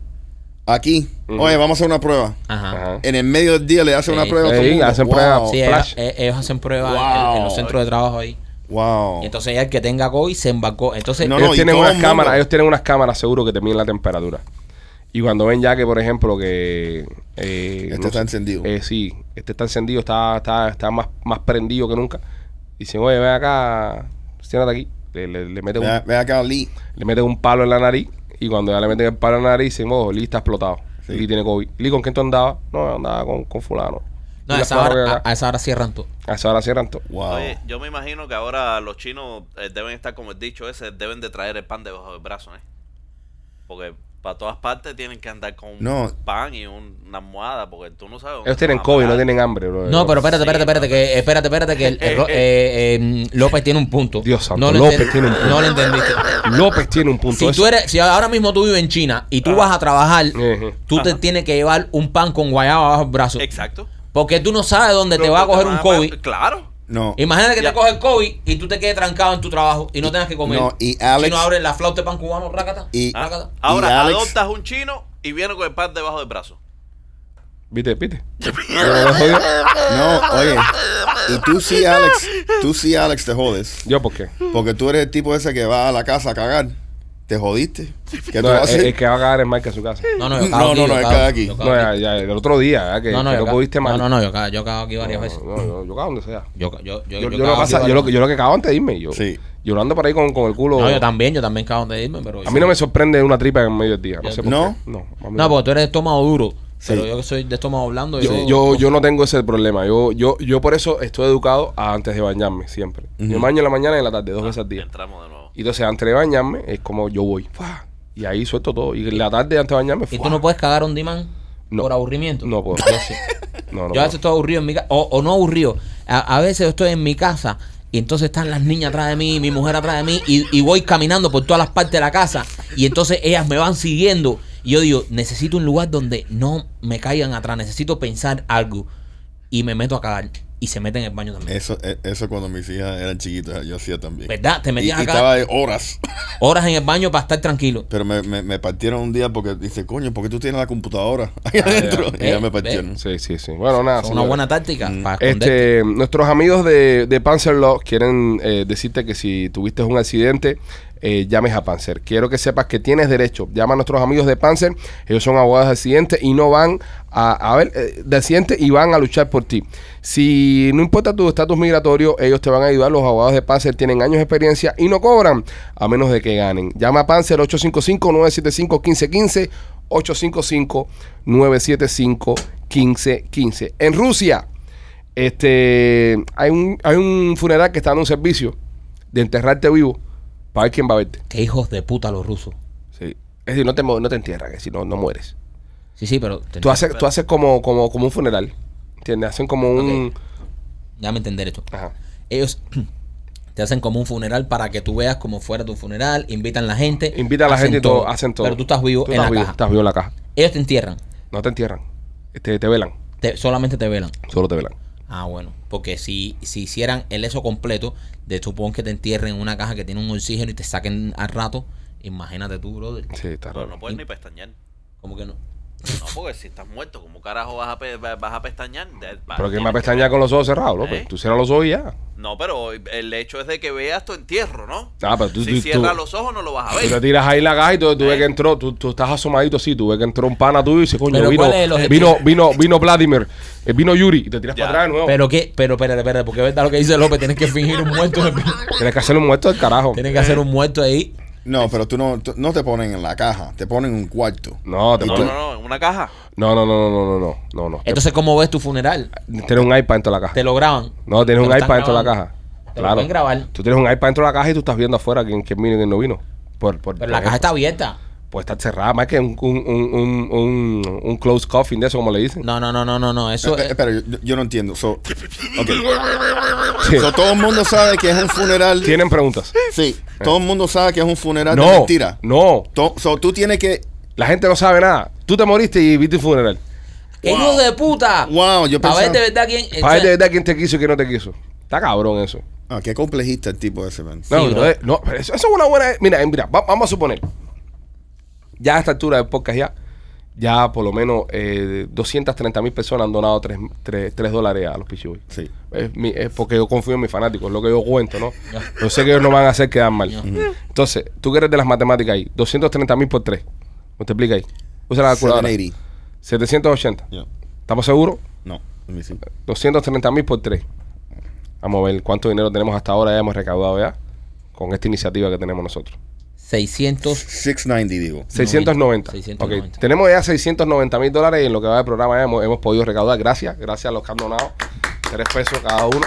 aquí, Ujú. oye, vamos a hacer una prueba. Ajá. Ajá. En el medio del día le hacen una Sí. prueba. a todo el Sí, mundo. hacen Wow. pruebas. Sí, Flash. ellos, eh, ellos hacen pruebas en- Wow. en, en los centros de trabajo ahí. Wow. Y entonces ya el que tenga COVID se embarcó. Entonces, eh, No, ellos y tienen todo unas el mundo. cámaras, ellos tienen unas cámaras seguro que te miden la temperatura. Y cuando ven ya que, por ejemplo, que. eh, Este no está sé, encendido. eh, sí, este está encendido, está, está, está más, más prendido que nunca. Dicen, oye, ven acá, siéntate aquí. Le, le, le meten Ve, un ve acá, Lee. le meten un palo en la nariz y cuando ya le meten el palo en la nariz dicen, oh, Lee está explotado. Sí. Lee tiene COVID. Lee, ¿con quién tú andabas? No, andaba con, con fulano. Y no, a la esa, fulana hora, que a, acá. a esa hora cierran todo. A esa hora cierran todo. Wow. Oye, yo me imagino que ahora los chinos eh, deben estar como el dicho ese, deben de traer el pan debajo del brazo, ¿eh? Porque para todas partes tienen que andar con un No. pan y un- una almohada, porque tú no sabes dónde Ellos te tienen van a COVID, no parar. tienen hambre, bro. No, pero espérate, Sí, espérate, espérate, que, espérate, espérate, que el- el Ro- eh, eh, López tiene un punto. Dios santo, no lo López enten- tiene un punto. No lo entendiste. López tiene un punto. Si Eso- tú eres, si ahora mismo tú vives en China y tú vas a trabajar, Ejé. tú te tienes que llevar un pan con guayaba bajo el brazo. Exacto. Porque tú no sabes dónde te No, va a tú coger vas un COVID. Claro. No. Imagínate que Ya. te coge el COVID y tú te quedes trancado en tu trabajo y no tengas que comer. no, y Alex- Si no abres la flauta de pan cubano, rácata. Y- Ah, rácata. Y Ahora Alex- adoptas un chino y viene con el pan debajo del brazo. ¿Viste? ¿Viste? Yo no me jodí. No, oye. Y tú sí, Alex. Tú sí, Alex, te jodes. Yo, ¿por qué? Porque tú eres el tipo ese que va a la casa a cagar. Te jodiste. ¿Qué tú No, vas a el, hacer? el que va a cagar es Mike en su casa. No, no, yo No, cago aquí, no, yo cago yo no, él caga aquí. cago No, ya, ya, el otro día, ¿verdad? Que, No, no, que yo no cago- pudiste mal. no, no, no, yo cago, yo cago aquí varias veces. No, yo, yo cago donde sea. Yo, ca- yo, yo, Yo, yo yo no cago aquí pasa, yo, varias lo, que- yo lo que cago antes de irme. Yo, Sí. yo lo ando por ahí con, con el culo. No, yo también, yo también cago de irme, pero... a mí no me sorprende una tripa en medio del día. No sé por ¿No? qué. No, a mí No, pues, porque tú eres de estómago duro. Sí. Pero yo que soy de estómago blando, Yo, yo... yo, yo no tengo ese problema. Yo, yo, yo por eso estoy educado a antes de bañarme siempre. Yo Ujú. me baño en la mañana y en la tarde, Ah, dos veces al día. Entramos de nuevo. Y entonces antes de bañarme es como yo voy. ¡fua! Y ahí suelto todo. Y en la tarde antes de bañarme. ¿Y ¡fua! tú no puedes cagar un diman No. por aburrimiento? No puedo. Yo sí. No, no. puedo. yo a veces estoy aburrido en mi casa, o, o no aburrido. A, a veces yo estoy en mi casa y entonces están las niñas atrás de mí, mi mujer atrás de mí, y, y voy caminando por todas las partes de la casa y entonces ellas me van siguiendo. Y yo digo, necesito un lugar donde no me caigan atrás, necesito pensar algo. Y me meto a cagar y se meten en el baño también. Eso, e- eso cuando mis hijas eran chiquitas, yo hacía también. ¿Verdad? Te Y, y metías a estaba cagar de horas. horas en el baño para estar tranquilo. Pero me, me, me partieron un día porque dice, coño, ¿por qué tú tienes la computadora ahí adentro? Ah, ya. Y ya Ve, me ve. partieron. Sí, sí, Ah, sí. Bueno, nada. Es una señores. buena táctica para esconderte. Este, nuestros amigos de, de Panzer Law quieren eh, decirte que si tuviste un accidente, eh, llames a Panzer. Quiero que sepas que tienes derecho. Llama a nuestros amigos de Panzer. Ellos son abogados de accidente y no van a, a ver eh, de accidente y van a luchar por ti. Si no importa tu estatus migratorio, ellos te van a ayudar. Los abogados de Panzer tienen años de experiencia y no cobran a menos de que ganen. Llama a Panzer 855-975-1515. 855-975-1515. En Rusia, este, hay, un, hay un funeral que está dando un servicio de enterrarte vivo para ver quién va a verte. Qué hijos de puta los rusos. Sí. Es decir, no te, mo- no te entierran, es decir, no, no mueres. Sí, sí, pero Tú haces, tú haces como, como, como un funeral. ¿Entiendes? Hacen como un. déjame entender esto. Ajá. Ellos te hacen como un funeral para que tú veas como fuera tu funeral, invitan a la gente. Invita a la hacen gente y todo, hacen todo. Pero tú estás vivo Tú en estás la vivo, caja. Estás vivo en la caja. Ellos te entierran, No te entierran. este, Te, te velan. te- solamente te velan. Solo te velan. Ah, bueno, porque si, si hicieran el eso completo, de supón que te entierren en una caja que tiene un oxígeno y te saquen al rato, imagínate tú, brother. Sí, está Pero raro. no puedes ni pestañear. No, Como que no. porque si estás muerto, ¿cómo carajo vas a, pe- vas a pestañear? De- va- Pero que tienes me pestaña con los ojos cerrados, López. ¿Eh? Tú cierras los ojos y ya. No, pero el hecho es de que veas tu entierro, ¿no? Ah, pero tú- si tú- cierras tú- los ojos no lo vas a Tú te ver. tiras ahí la caja y tú, tú ves ¿Eh? que entró, tú, tú estás asomadito así, tú ves que entró un pana tuyo y dices, coño, Pero vino, ¿cuál es el objetivo? vino, vino, vino Vladimir, eh, vino Yuri, y te tiras Ya. para atrás de nuevo. Pero qué, pero espérate, espérate, porque es verdad lo que dice López, tienes que fingir un muerto. Tienes que hacer un muerto del carajo. tienes que hacer un muerto ahí. No, pero tú no, tú- no te ponen en la caja, te ponen en un cuarto. No, te Y No, ponen- no, no, en una caja. no, no, no, no, no, no, no, no. Entonces, ¿cómo ves tu funeral? Tienes un iPad dentro de la caja. Te lo graban. No, tienes Te un lo están iPad dentro de la grabando. caja. Te lo pueden grabar. Tú tienes un iPad dentro de la caja y tú estás viendo afuera quién, quién vino y quién no vino. Por, por, Pero la caja está abierta. Pues está cerrada, más que un, un, un, un, un, un closed coffin de eso, como le dicen. No, no, no, no, no, no. eh. Eso Espe- es. espera, yo, yo no entiendo. So, okay. Sí. So, todo el mundo sabe que es un funeral. Tienen preguntas. Sí, todo el mundo sabe que es un funeral de No, mentira. no. To- so, tú tienes que. La gente no sabe nada. Tú te moriste y viste un funeral. ¡Qué hijo de puta! Wow, yo Para ver pensaba- de verdad quién. Para ver de verdad quién te quiso y quién no te quiso. Está cabrón eso. Ah, qué complejista el tipo ese, man. No, Sí, no, bro. eh, no, pero eso, eso es una buena. Mira, eh, mira, va- vamos a suponer. Ya a esta altura del podcast, ya, ya por lo menos eh, 230 mil personas han donado 3, dólares a los Pichiboy. Sí. Es, mi- es porque yo confío en mis fanáticos, es lo que yo cuento, ¿no? Yo sé que ellos no van a hacer quedar mal. Entonces, tú que eres de las matemáticas ahí, 230 mil por 3. Multiplica ahí. Usa la calculadora. 780. 780. Yeah. ¿Estamos seguros? No, let me see. 230 mil por 3. Vamos a ver cuánto dinero tenemos hasta ahora, ya hemos recaudado ya, con esta iniciativa que tenemos nosotros. 600. 690, digo. 690. 690. Ok, Tenemos ya 690 mil dólares y en lo que va del programa ya hemos, hemos podido recaudar. Gracias, gracias a los que han donado. Tres pesos cada uno.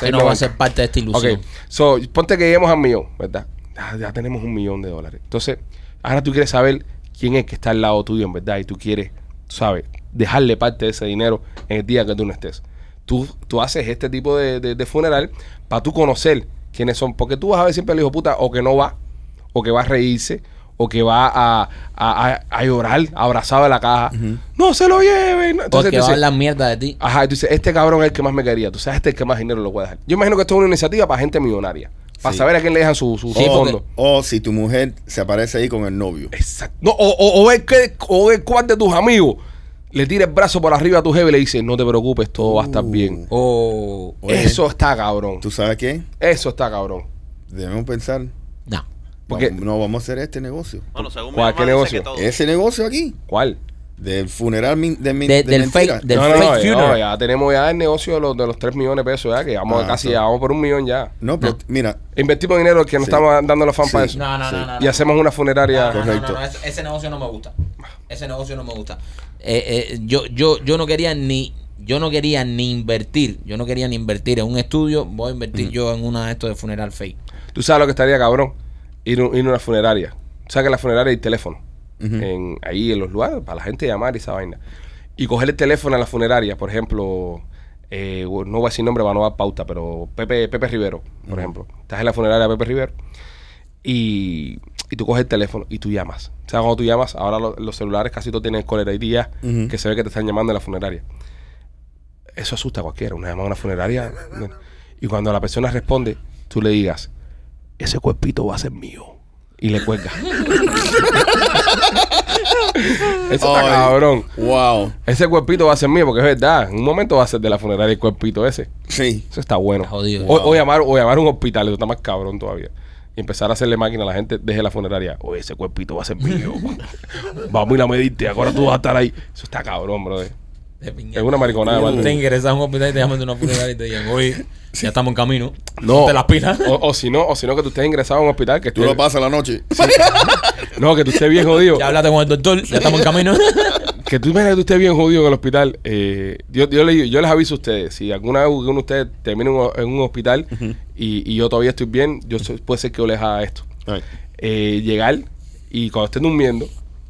Que no va 690. a ser parte de esta ilusión. Ok, so, ponte que lleguemos al millón, ¿verdad? Ya, ya tenemos un millón de dólares. Entonces, ahora tú quieres saber quién es que está al lado tuyo, en verdad, y tú quieres, tú sabes, dejarle parte de ese dinero en el día que tú no estés. Tú, tú haces este tipo de, de- de funeral para tú conocer quiénes son, porque tú vas a ver siempre al hijo puta o que no va, o que va a reírse, o que va a, a- a- a llorar abrazado de la caja. No se lo lleven. Entonces, Porque tú va a dices, hablar mierda de Ah. ti. Ajá, y tú dices, este cabrón es el que más me quería. Tú sabes, este es el que más dinero le voy a dejar. Yo imagino que esto es una iniciativa para gente millonaria. Para Sí. saber a quién le dejan su, su, su Sí, porque- fondo. O si tu mujer se aparece ahí con el novio. Exacto. No, o, o, o, el que, o el cual de tus amigos le tira el brazo por arriba a tu jefe y le dice, no te preocupes, todo va a estar bien. O. Oye, Eso está cabrón. ¿Tú sabes qué? Eso está cabrón. Debemos pensar. No. Porque- vamos- no vamos a hacer este negocio. Bueno, según mi ¿Cuál- mamá, qué dice negocio? que todo. Ese negocio aquí. ¿Cuál? Del funeral min- de, min- De- de del mentira. fake- del- El no, no, fake no, ya, funeral. ya tenemos ya el negocio de los, de los 3 millones de pesos, ya que vamos Ah, casi, sí. ya vamos por un millón ya. No, pero mira, Invertimos dinero que nos Sí. estamos dando los fans Sí. para eso. No, no, Sí. no, no. Y hacemos una funeraria. No, no, Correcto. no, no, ese, ese negocio no me gusta. Ese negocio no me gusta. Eh, eh, yo, yo, yo no quería ni yo no quería ni invertir. Yo no quería ni invertir en un estudio. Voy a invertir yo en una de estos de funeral fake. Tú sabes lo que estaría cabrón. Ir, un- ir a una funeraria. O sea que en la funeraria hay teléfono. en, ahí en los lugares para la gente llamar y esa vaina. Y coger el teléfono a la funeraria, por ejemplo, eh, no voy a decir nombre para no dar pauta, pero Pepe, Pepe Rivero, por ejemplo. Estás en la funeraria de Pepe Rivero y, y tú coges el teléfono y tú llamas. O sea, cuando tú llamas, ahora lo- los celulares casi todos tienen caller ID ya, Ujú. que se ve que te están llamando en la funeraria. Eso asusta a cualquiera, una llamada a una funeraria. y cuando la persona responde, tú le digas, ese cuerpito va a ser mío. Y le cuelgas. Eso está Ay. cabrón. wow. Ese cuerpito va a ser mío, porque es verdad. En un momento va a ser de la funeraria el cuerpito ese. Sí. Eso está bueno. Está jodido. O, o llamar, o llamar a un hospital, eso está más cabrón todavía. y empezar a hacerle máquina a la gente desde la funeraria. Oye, ese cuerpito va a ser mío. Vamos a ir a medirte, ahora tú vas a estar ahí. Eso está cabrón, brother. De piña. Es una mariconada, Tú mano. Te ingresas a un hospital y te llaman de una funeraria y te dicen, oye, ya estamos en camino. No. Oh. Te las pilas. O, o si no, o si no que tú estés ingresado a un hospital que Tú estés, lo pasas la noche. No, que tú estés bien jodido. Ya hablaste con el doctor, ya estamos en camino. Que tú imaginas que tú estés bien jodido en el hospital. Eh, yo, yo, le- yo les aviso a ustedes, si alguna vez uno de ustedes termina en un- en un hospital y, y yo todavía estoy bien, yo soy- puede ser que yo les haga esto. Ay. Eh, llegar y cuando estén durmiendo,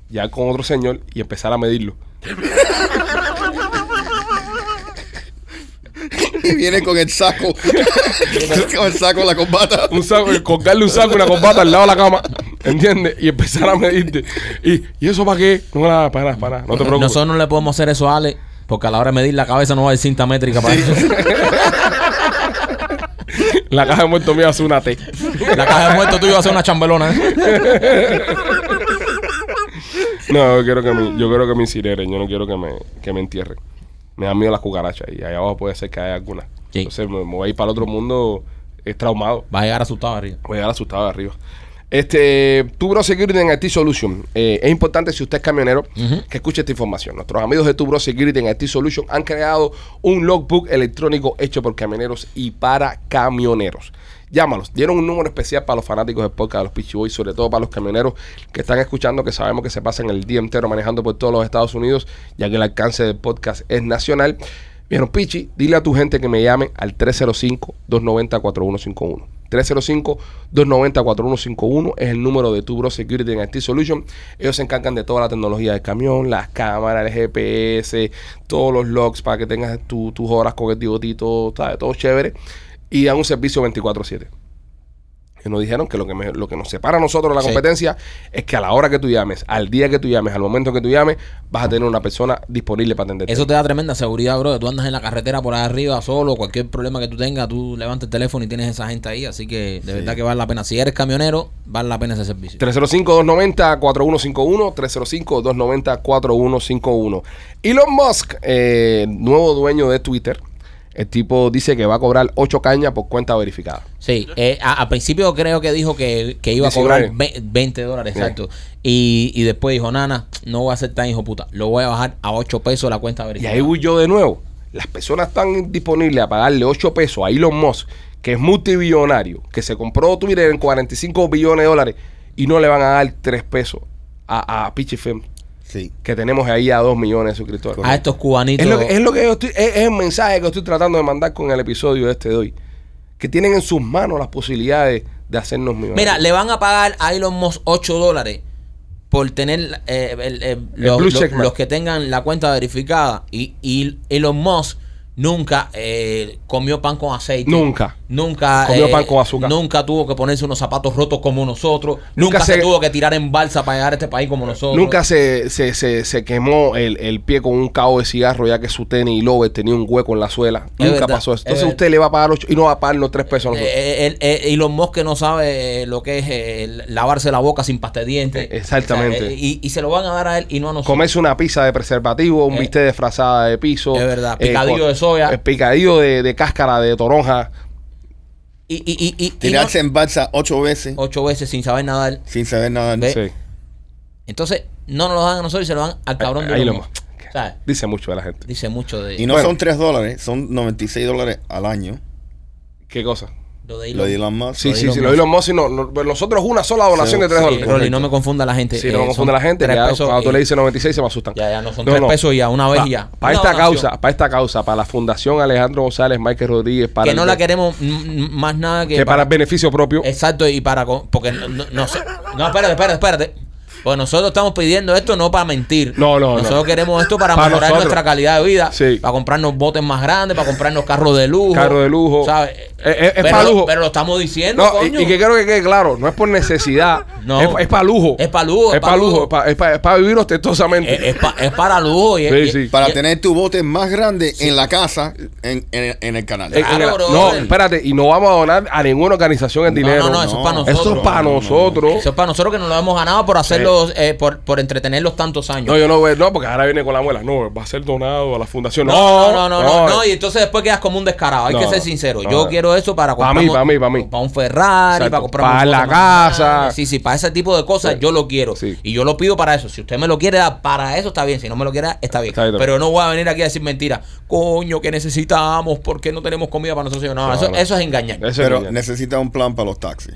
ya con otro señor y empezar a medirlo. Y viene con el saco. con el saco, la combata. Un saco, eh, colgarle un saco y una corbata al lado de la cama, ¿entiendes? Y empezar a medirte. ¿Y, ¿y eso para qué? No, nada, para nada, para nada. No te preocupes. Nosotros no le podemos hacer eso a Ale, porque a la hora de medir la cabeza no va a haber cinta métrica para eso. La caja de muerto mía hace una T. La caja de muerto tuyo va a ser una chambelona. ¿eh? No, yo quiero que me, yo quiero que me incineren, yo no quiero que me, que me entierren. Me dan miedo las cucarachas y allá abajo puede ser que haya alguna. Sí. Entonces me, me voy a ir para el otro mundo eh, traumado. Va a llegar asustado arriba. Voy a llegar asustado de arriba. Este, Tubro Security en IT Solution. Eh, es importante si usted es camionero que escuche esta información. Nuestros amigos de Tubro Security en IT Solution han creado un logbook electrónico hecho por camioneros y para camioneros. Llámalos. Dieron un número especial para los fanáticos de podcast, de los Pitchy Boys, sobre todo para los camioneros que están escuchando, que sabemos que se pasan el día entero manejando por todos los Estados Unidos, ya que el alcance del podcast es nacional. Vieron, Pichi, dile a tu gente que me llame al 305-290-4151. 305-290-4151 es el número de Tubro Security en IT Solution. Ellos se encargan de toda la tecnología del camión, las cámaras, el GPS, todos los logs para que tengas tu- tus horas con el digotito, ¿sabes? todo chévere. Y dan un servicio 24-7. Que nos dijeron que lo que, me- lo que nos separa a nosotros de la Sí. competencia es que a la hora que tú llames, al día que tú llames, al momento que tú llames, vas a tener una persona disponible para atenderte. Eso te da tremenda seguridad, bro. que Tú andas en la carretera por ahí arriba solo, cualquier problema que tú tengas, tú levantas el teléfono y tienes esa gente ahí. Así que de verdad que vale la pena. Si eres camionero, vale la pena ese servicio. 305-290-4151, 305-290-4151. Elon Musk, eh, nuevo dueño de Twitter, el tipo dice que va a cobrar 8 cañas por cuenta verificada. Sí, eh, a- al principio creo que dijo que, que iba a cobrar 19. ve- 20 dólares, Sí. exacto. Y, y después dijo, nana, no voy a ser tan hijo puta, lo voy a bajar a 8 pesos la cuenta Y verificada. ahí voy yo de nuevo. Las personas están disponibles a pagarle 8 pesos a Elon Musk, que es multibillonario, que se compró Twitter en 45 billones de dólares, y no le van a dar 3 pesos a, a Pichifem, Sí. que tenemos ahí a 2 millones de suscriptores. a estos cubanitos. Es lo, que, es lo que yo estoy, es, es el mensaje que estoy tratando de mandar con el episodio este de hoy. Que tienen en sus manos las posibilidades de hacernos millonarios. Mira, le van a pagar a Elon Musk 8 dólares por tener eh, el- el- los, blue los- check mark. los que tengan la cuenta verificada. Y, y Elon Musk nunca eh, comió pan con aceite. Nunca. Nunca eh, Comió pan con azúcar. Nunca tuvo que ponerse unos zapatos rotos como nosotros. Nunca Nunca, se, se- tuvo que tirar en balsa para llegar a este país como nosotros. Nunca se, se, se, se quemó el, el pie con un cabo de cigarro ya que su tenis y lover tenía un hueco en la suela. Es Nunca verdad, pasó eso. es Entonces verdad. usted le va a pagar ocho y no va a pagarnos tres pesos a nosotros. Eh, eh, eh, eh, Elon Musk que no sabe eh, lo que es eh, el- lavarse la boca sin pasta de dientes. Eh, exactamente. O sea, eh, y, y se lo van a dar a él y no a nosotros. Comerse una pizza de preservativo, un Eh, bistec de frazada de piso. es verdad, picadillo con- de soya. eh, Picadillo de, de cáscara de toronja. Y, y, y, y- y Tirarse no- en balsa ocho veces ocho veces sin saber nadar. sin saber nada. Ve. Sí. Entonces, no nos lo dan a nosotros y se lo dan al cabrón de ahí Elon lo- Musk. ¿Sabes? Dice mucho de la gente. Dice mucho de, Y no Bueno. son 3 dólares, son 96 dólares al año. ¿Qué cosa? lo de Elon Lo de Elon Musk. Sí, Lo de sí, Elon sí. Lo de Elon Musk, y no, no, nosotros una sola donación Sí, de tres sí, Musk. dólares. Eh, Rolly, no me confunda la gente. Si eh, no me son confunde la gente, tres que ya pesos, cuando tú eh, le dices 96 se me asustan. Ya, ya, no son tres pesos ya, una vez ya. Para Una esta donación. causa, para esta causa, para la Fundación Alejandro González, Michael Rodríguez, para que el- no la queremos mm, mm, más nada que, Este, que para el beneficio propio. Exacto, y para. co- Porque no, no, no sé. No, espérate, espérate, espérate. Pues nosotros estamos pidiendo esto no para mentir. No, no, no. Nosotros queremos esto para, Para mejorar nosotros. nuestra calidad de vida. Sí. Para comprarnos botes más grandes, para comprarnos carros de lujo. Carro de lujo. ¿Sabes? Eh, eh, es pero, para lujo. Pero lo estamos diciendo, No, y, coño. y que quiero que quede claro, no es por necesidad, No. es, para lujo. Es pa' lujo, Es es para pa' lujo, lujo. Eh, es para vivir ostentosamente. es, es pa- es para lujo. Y es- Sí, y- sí. Para y- tener tu bote más grande en la casa, en, en- en el canal. En- en claro, la- brother. no, espérate, y no vamos a donar a ninguna organización el No, dinero. no, no, eso es para No, nosotros. Eso es para No, no, no. nosotros. Eso es para nosotros que nos lo hemos ganado por hacer entretenerlos, eh, por, por entretenerlos tantos años. No, yo no veo, no, porque ahora viene con la abuela. No, va a ser donado a la fundación. No, No, no, no, no, no, Y entonces después quedas como un descarado. Hay No, que no, ser sincero. no, yo no. quiero eso para Pa' comprar mí, un- pa' mí, pa' mí. Para un Ferrari, Exacto. para comprar Pa' una la cosa más casa. grande. Sí, sí, para ese tipo de cosas yo lo quiero. Sí. Y yo lo pido para eso. Si usted me lo quiere dar para eso, está bien. Si no me lo quiere dar, está bien. Está bien, está bien. Pero no voy a venir aquí a decir mentiras. Coño, que necesitamos? ¿Por qué no tenemos comida para nosotros? No, No, eso, no. eso es engañar. Eso Pero es- necesita un plan para los taxis.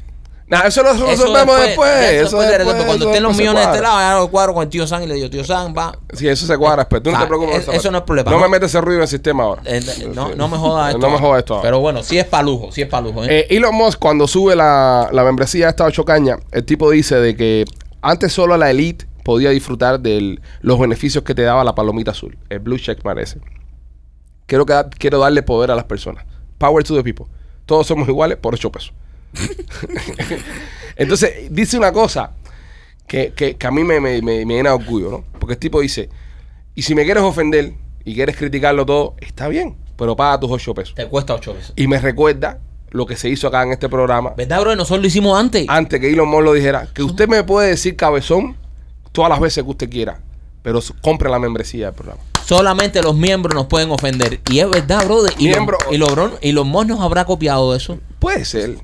Nah, eso lo resolvemos después. eso Eso después después, se resuelve. Cuando eso estén los después se millones de este cuadra. lado, ya lo cuadro con el tío San y le digo, tío San, va. Sí, eso se cuadra, pero tú no Ah, te preocupes. es- por esa eso parte. no es problema. No me No. metes ese ruido en el sistema ahora. Eh, No, no me jodas esto. ¿eh? No me jodas esto ahora. Pero bueno, sí es para lujo, sí es para lujo. ¿eh? Eh, Elon Musk, cuando sube la, la membresía de esta ocho cañas, el tipo dice de que antes solo la elite podía disfrutar de los beneficios que te daba la palomita azul, el blue check parece. Quiero, que, quiero darle poder a las personas. Power to the people. Todos somos iguales por ocho pesos. Entonces, dice una cosa que, que- que a mí me, me- me- me llena de orgullo, ¿no? Porque el tipo dice, y si me quieres ofender y quieres criticarlo todo, está bien, pero paga tus ocho pesos. Te cuesta ocho veces. Y me recuerda lo que se hizo acá en este programa. ¿Verdad, bro? Nosotros lo hicimos antes. Antes que Elon Musk lo dijera, que usted me puede decir cabezón todas las veces que usted quiera, pero s- compre la membresía del programa. Solamente los miembros nos pueden ofender. Y es verdad, bro. Y, Miembro. los, y, los, bro- y los mos nos habrá copiado eso. Puede ser.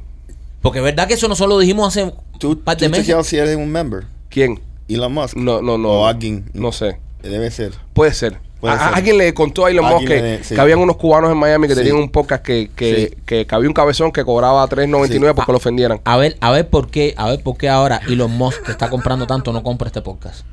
Porque es verdad que eso nosotros lo dijimos hace ¿Tú, un par tú de meses. chequeado si eres un member? ¿Quién? Elon Musk. No, no, no. O alguien. No sé. Debe ser. Puede ser. Puede A- a- ser. Alguien le contó a Elon Musk que, Alguien le- sí. que habían unos cubanos en Miami que Sí. tenían un podcast que, que, Sí. que, que había un cabezón que cobraba 3.99 Sí. Ah. porque lo ofendieran. A ver, a ver por qué, a ver por qué ahora Elon Musk que está comprando tanto no compra este podcast.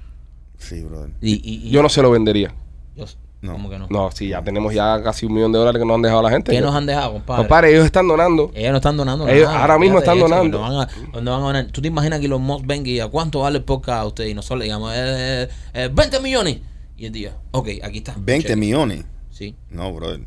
Sí, brother. Y, y- y- Yo no se lo vendería. yo- No. ¿Cómo que no? No, sí, ya tenemos ya casi un millón de dólares que nos han dejado la gente. ¿Qué nos han dejado, compadre? Compadre, ellos están donando. Ellos no están donando Ellos ahora mismo están Fíjate eso, donando. cuando van a- cuando van a donar. ¿Tú te imaginas que los Moss vengan y digan, cuánto vale el podcast a usted? Y nosotros le digamos, eh, eh, eh, 20 millones. Y el día, ok, aquí está. 20 Cheque. millones. Sí. No, brother.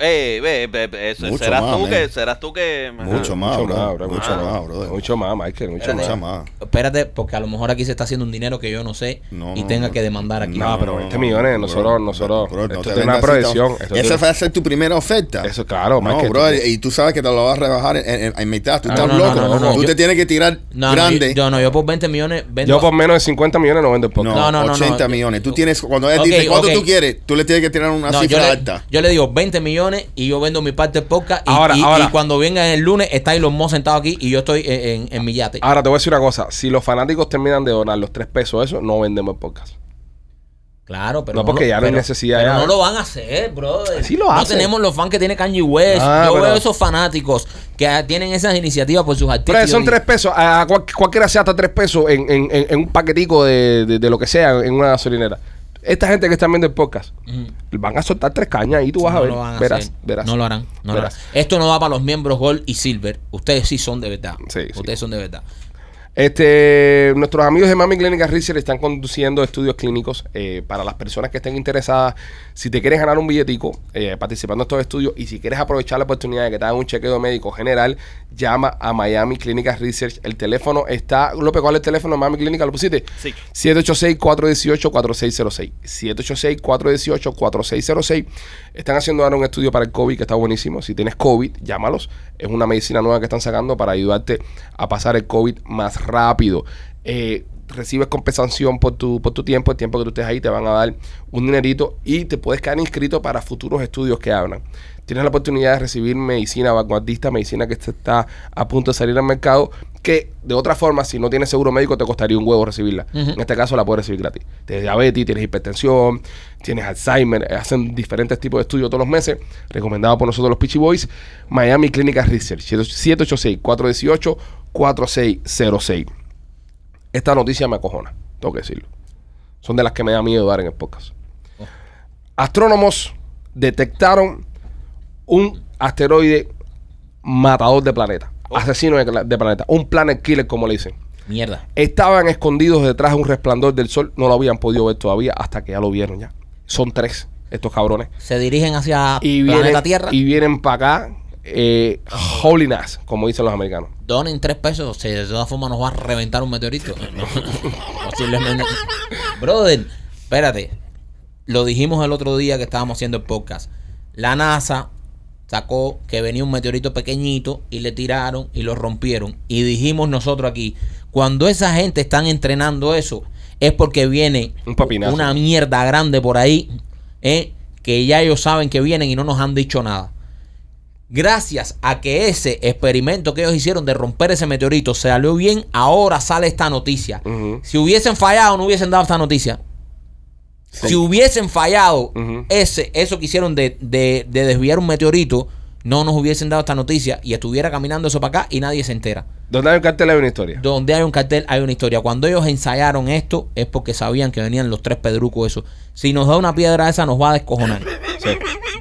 Eh, ve, ve, ve, eso- Mucho serás más, tú man. que, serás tú que. Mucho más, Mucho más, brother. bro, Mucho más, brother. Mucho más, Michael. Mucho Espérate. más. Mucho más. Espérate, porque a lo mejor aquí se está haciendo un dinero que yo no sé No, y no, tenga no. que demandar aquí. No, Ah, pero 20 millones, nosotros- nosotros- no esto te tiene una vendas así, proyección, no. esto tiene- Esa va a ser tu primera oferta. Eso, claro, más no, que- brother, y tú sabes que te lo vas a rebajar en, en- en mitad. Tú Ah, No, no, estás no, loco. no, no, no, tú yo- te tienes que tirar No, no, grande. yo, yo no, yo por 20 millones vendo Yo por menos de 50 millones no vendo el podcast. no, no, no, no, 80 yo- millones. Tú tienes, cuando él Ok, dice cuánto ok. tú quieres, tú le tienes que tirar una No, yo, cifra le, alta. yo le digo 20 millones y yo vendo mi parte del podcast. Y, Ahora, y- y ahora. cuando vengan el lunes, está Elon Musk sentado aquí y yo estoy en, en- en mi yate. Ahora te voy a decir una cosa. Si los fanáticos terminan de donar los 3 pesos, eso, no vendemos el podcast. Claro, pero No, porque lo- ya no hay pero- necesidad pero ya. no lo van a hacer, brother. Sí lo no hacen. tenemos los fans que tiene Kanye West. Ah, Yo pero- veo esos fanáticos que ah, tienen esas iniciativas por sus artistas. Pero son Yo 3 digo, pesos. A cual- cualquiera sea hasta 3 pesos en, en- en- en un paquetico de, de- de lo que sea, en una gasolinera. Esta gente que está viendo el podcast, mm, van a soltar tres cañas y tú vas no a ver. lo van a verás, hacer. verás. No lo harán. no lo Verás. harán. Esto no va para los miembros Gold y Silver. Ustedes sí son de verdad. Sí, sí. Ustedes son de verdad. Este, nuestros amigos de Mami Clinic Research están conduciendo estudios clínicos eh, para las personas que estén interesadas. Si te quieres ganar un billetico eh, participando en estos estudios y si quieres aprovechar la oportunidad de que te hagan un chequeo médico general, llama a Miami Clinic Research. El teléfono está, López, ¿cuál es el teléfono de Miami Clínica? ¿Lo pusiste? Sí. 786-418-4606. 786-418-4606. Están haciendo ahora un estudio para el COVID que está buenísimo. Si tienes COVID, llámalos. Es una medicina nueva que están sacando para ayudarte a pasar el COVID más rápido. Eh, recibes compensación por tu, por tu tiempo, el tiempo que tú estés ahí, te van a dar un dinerito y te puedes quedar inscrito para futuros estudios que hablan. Tienes la oportunidad de recibir medicina vanguardista, medicina que está a punto de salir al mercado, que de otra forma, si no tienes seguro médico, te costaría un huevo recibirla. Ujú. En este caso la puedes recibir gratis. Tienes diabetes, tienes hipertensión, tienes Alzheimer, eh, hacen diferentes tipos de estudios todos los meses, recomendado por nosotros los Peachy Boys, Miami Clinical Research, 786-418-4606. Esta noticia me acojona, tengo que decirlo. Son de las que me da miedo dar en el podcast. Astrónomos detectaron un asteroide matador de planeta, asesino de, cla- de planeta, un planet killer como le dicen. Mierda. Estaban escondidos detrás de un resplandor del sol, no lo habían podido ver todavía hasta que ya lo vieron ya. Son tres estos cabrones. Se dirigen hacia Y planeta vienen, Tierra. y vienen para acá, eh, holiness, como dicen los americanos. donen tres pesos, o sea, de todas formas nos va a reventar un meteorito. No, posiblemente. Brother, espérate. Lo dijimos el otro día que estábamos haciendo el podcast. La NASA sacó que venía un meteorito pequeñito y le tiraron y lo rompieron. Y dijimos nosotros aquí, Cuando esa gente están entrenando eso, es porque viene Un papinazo. una mierda grande por ahí, ¿eh? que ya ellos saben que vienen y no nos han dicho nada. Gracias a que ese experimento que ellos hicieron de romper ese meteorito se salió bien, ahora sale esta noticia. Ujú. Si hubiesen fallado, no hubiesen dado esta noticia. Si hubiesen fallado Ujú. ese, eso que hicieron de, de- de desviar un meteorito, no nos hubiesen dado esta noticia y estuviera caminando eso para acá y nadie se entera. ¿Dónde hay un cartel hay una historia? Donde hay un cartel, hay una historia. Cuando ellos ensayaron esto, es porque sabían que venían los tres pedrucos esos. Si nos da una piedra esa, nos va a descojonar.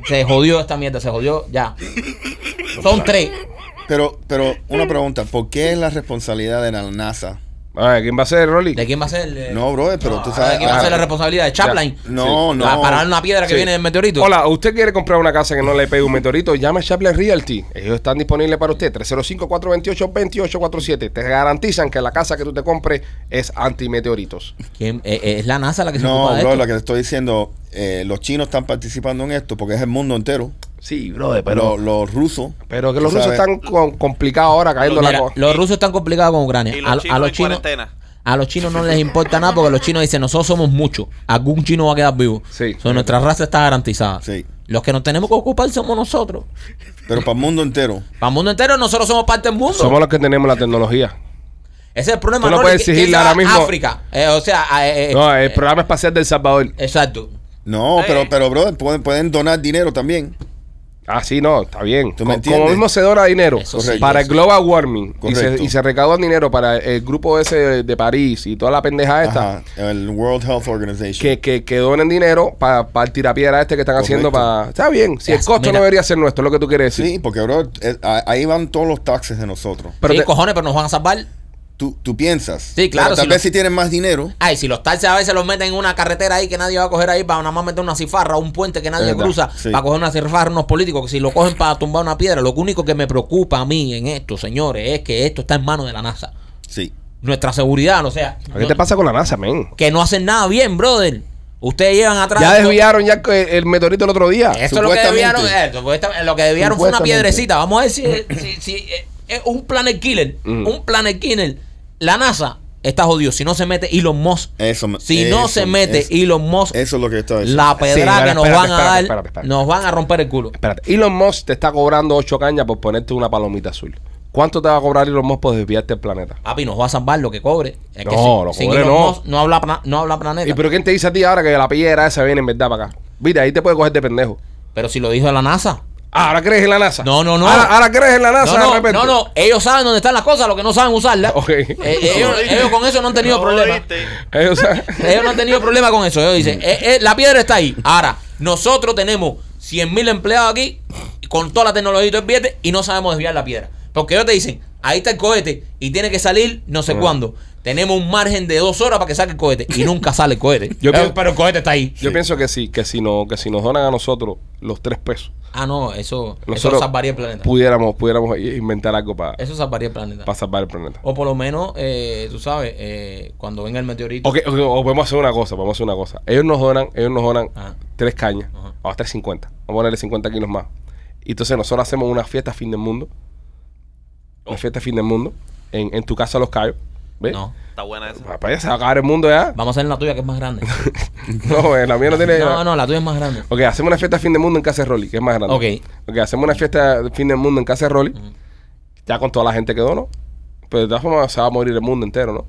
Se jodió esta mierda, se jodió ya. Son tres. Pero, pero una pregunta, ¿por qué es la responsabilidad de la NASA? Ah, ¿Quién va a ser, Rolly? ¿De quién va a ser? eh? No, brother, pero tú ¿de sabes- quién va a ser ah, la responsabilidad? ¿De Chaplin? No, no. ¿Para parar una piedra que Sí. viene del meteorito? Hola, ¿usted quiere comprar una casa que no le pegue un meteorito? Llame a Chaplin Realty. Ellos están disponibles para usted. 305-428-2847. Te garantizan que la casa que tú te compres es antimeteoritos. ¿Quién? Eh, eh, ¿Es la NASA la que se No, ocupa de bro, esto? lo que te estoy diciendo, eh, los chinos están participando en esto porque es el mundo entero. Sí, brother, Pero los rusos. Pero que tú los rusos sabes, están con- complicados ahora cayendo Mira, la cosa. los rusos están complicados con Ucrania. Y los A, chinos a los en chinos, cuarentena. a los chinos no les importa nada porque los chinos dicen nosotros somos muchos. Algún chino va a quedar vivo. Sí. So, nuestra raza está garantizada. Sí. Los que nos tenemos que ocupar somos nosotros. Pero para el mundo entero. Para el mundo entero nosotros somos parte del mundo. Somos los que tenemos la tecnología. Ese es el problema. Tú no Rolly, puedes que- que exigirle se va ahora a mismo- África. Eh, o sea, a- eh, eh, No, eh, el programa espacial del Salvador. Exacto. No, Eh. pero, pero, bro, pueden, pueden donar dinero también. Ah, sí, no, está bien. ¿Tú me Co- entiendes? Como mismo se dona dinero Eso sí, para el eso global warming y se, Correcto. y se recauda dinero para el grupo ese de París y toda la pendeja esta. Ajá, el World Health Organization. que, que, que donen dinero para el tirapiedra este que están haciendo Correcto. para... Está bien, si el Yes, costo mira. no debería ser nuestro, es lo que tú quieres decir. Sí, porque, bro, eh, a- ahí van todos los taxes de nosotros. Pero sí, te- cojones, pero nos van a salvar. Tú, tú piensas. Sí, claro, Pero tal si vez lo- si tienen más dinero. Ay, si los taxis a veces los meten en una carretera ahí que nadie va a coger ahí para nada más meter una cifarra, un puente que nadie Es verdad, cruza sí. para coger una cifarra unos políticos que si lo cogen para tumbar una piedra. Lo único que me preocupa a mí en esto, señores, es que esto está en manos de la NASA. Sí. Nuestra seguridad, o sea, ¿Qué no- te pasa con la NASA, men? que no hacen nada bien, brother. Ustedes llevan atrás. Ya desviaron ya el, el meteorito el otro día. Esto es lo que Supuestamente. debieron. eh, supuestamente- lo que debieron fue una Supuestamente. piedrecita. Vamos a ver si, si- si, eh, eh, un planet killer. Mm. Un planet killer. La NASA está jodido. Si no se mete Elon Musk. Eso me- si no eso- se mete eso- Elon Musk. Eso es lo que yo estaba diciendo. la pedra Sí, bueno, que nos espérate, van a espérate, dar. espérate, espérate. Nos van a romper el culo. Espérate, Elon Musk te está cobrando ocho cañas por ponerte una palomita azul. ¿Cuánto te va a cobrar Elon Musk por desviarte del planeta? Papi, nos va a salvar lo que cobre. Es No, que lo sin cobre Elon no. Musk no habla, pla- no habla planeta. ¿Y pero quién te dice a ti ahora que la piedra esa viene en verdad para acá? Mira, ahí te puede coger de pendejo. Pero si lo dijo la NASA. Ah, ¿Ahora crees en la NASA? No, no, no. ¿Ahora, ahora crees en la No NASA de no, repente? no, no, ellos saben dónde están las cosas, lo que no saben usarlas. Ok. Eh, ellos, ellos con eso no han tenido No, problema. ¿viste? Ellos saben. Ellos no han tenido problema con eso. Ellos Mm. dicen, "Eh, eh, la piedra está ahí. Ahora, nosotros tenemos 100.000 empleados aquí con toda la tecnología y todo el billete y no sabemos desviar la piedra. Porque ellos te dicen, ahí está el cohete y tiene que salir no Ah. sé cuándo. Tenemos un margen de dos horas para que saque el cohete y nunca sale el cohete. Yo pero, pienso- pero el cohete está ahí. Yo pienso que sí, que si, no, que si nos donan a nosotros los tres pesos, Ah, no, eso, eso nosotros salvaría el planeta. pudiéramos, pudiéramos inventar algo para Eso salvaría el planeta. salvar el planeta. O por lo menos, eh, tú sabes, eh, cuando venga el meteorito. Ok, ok, o podemos hacer una cosa, podemos hacer una cosa. Ellos nos donan, ellos nos donan Ajá. tres cañas, Ajá. vamos a 350, vamos a ponerle 50 kilos más. Y entonces nosotros hacemos una fiesta fin del mundo, una fiesta fin del mundo, en, en tu casa Los Cayos, ¿ves? Oh. No. Está buena esa. Papá, ya se va a acabar el mundo ya. Vamos a hacer la tuya que es más grande. No, eh, la mía no tiene... No, no, la tuya es más grande. Ok, hacemos una fiesta de fin de mundo en casa de Rolly, que es más grande. Ok. Ok, hacemos una fiesta de fin de mundo en casa de Rolly, Ujú. ya con toda la gente que donó. Pero de todas formas se va a morir el mundo entero, ¿no?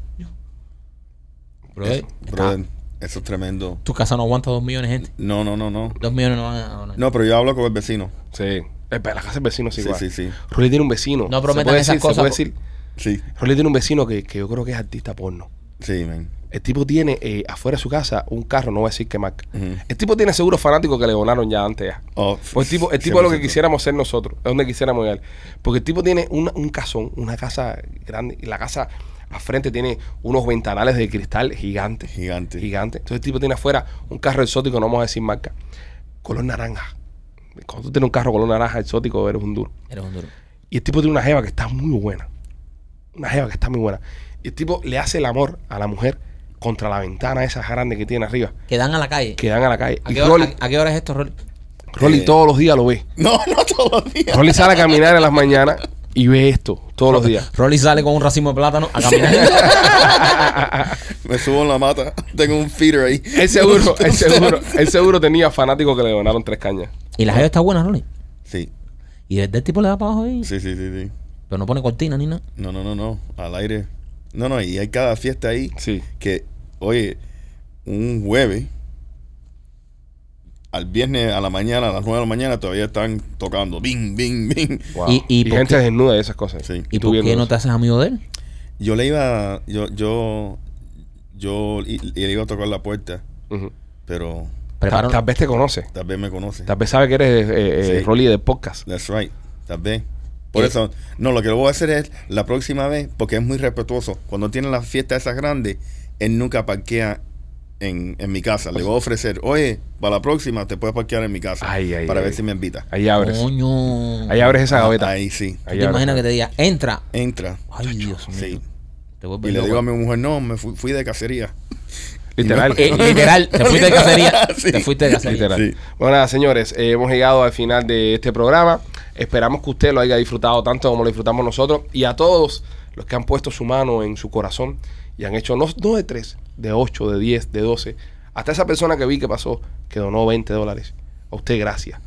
Brother, Brother, eso es tremendo. tu casa no aguanta dos millones de gente. No, no, no, no. Dos millones no van a donar. No, No, pero yo hablo con el vecino. Sí. Eh, pero La casa del vecino es Sí, igual. sí, sí. Rolly tiene un vecino. No ¿Se prometan puede esas decir? cosas ¿Se puede por- decir? Sí, Rolly tiene un vecino que, que yo creo que es artista porno. sí, man. El tipo tiene eh, afuera de su casa un carro, no voy a decir qué marca. Ujú. El tipo tiene seguros fanáticos que le donaron ya antes. ya. Oh, Pues el tipo, el tipo es lo que 100%. quisiéramos ser nosotros, es donde quisiéramos llegar. Porque el tipo tiene una- un casón, una casa grande, y la casa al frente tiene unos ventanales de cristal gigantes. Gigante. Gigante. Este, Entonces el tipo tiene afuera un carro exótico, no vamos a decir marca, color naranja. Cuando tú tienes un carro color naranja exótico, eres un duro. Eres un duro. Y el tipo tiene una jeva que está muy buena. Una jeva que está muy buena. Y el tipo le hace el amor a la mujer contra la ventana esa grande que tiene arriba, Que dan a la calle. que dan a la calle. ¿A Y qué, hora, Rolly, a- a qué hora es esto, Rolly? Rolly Eh. todos los días lo ve. No, no todos los días. Rolly sale a caminar en las mañanas y ve esto todos los días. Rolly sale con un racimo de plátano a caminar. Me subo en la mata. Tengo un feeder ahí. El seguro, el seguro, el seguro tenía fanáticos que le donaron tres cañas. y la jeva está buena, Rolly. Sí, Y desde el tipo le da para abajo ahí. sí, sí, sí, sí. Pero no pone cortina ni nada. No, no, no, no. Al aire. No, no. Y hay cada fiesta ahí Sí. que, oye, un jueves, al viernes a la mañana, a las 9 de la mañana, todavía están tocando. Bing, bing, bing. Y- y Y, por gente qué- desnuda y esas cosas. Sí. ¿Y tú por qué viendo no te eso. haces amigo de él? Yo le iba, yo, yo, yo y- y le iba a tocar la puerta, Ujú. pero Prepara Tal, tal vez te conoce. tal vez me conoce. Tal vez sabe que eres eh, eh, Sí. Rolly de podcast. That's right, tal vez. Por Eh. eso, no, lo que lo voy a hacer es la próxima vez, porque es muy respetuoso. Cuando tienen las fiestas esas grandes, él nunca parquea en, en mi casa. Le voy a ofrecer, oye, para la próxima te puedes parquear en mi casa Ay, ay, para ay. ver si me invita. Ahí abres. Coño. Ahí abres esa gaveta. Ah, Ahí sí, ¿Tú Ahí te abres. imaginas que te diga, entra? entra. Ay, Dios mío. Sí. Te vuelves Y le loco. digo a mi mujer, no, me fui, fui de cacería. Literal. Eh, literal, te fuiste de cacería. Sí. Te fuiste de cacería. Literal. Sí. Bueno, nada, señores, eh, hemos llegado al final de este programa. Esperamos que usted lo haya disfrutado tanto como lo disfrutamos nosotros y a todos los que han puesto su mano en su corazón y han hecho no, no de 3, de 8, de 10, de 12, hasta esa persona que vi que pasó, que donó 20 dólares. A usted gracias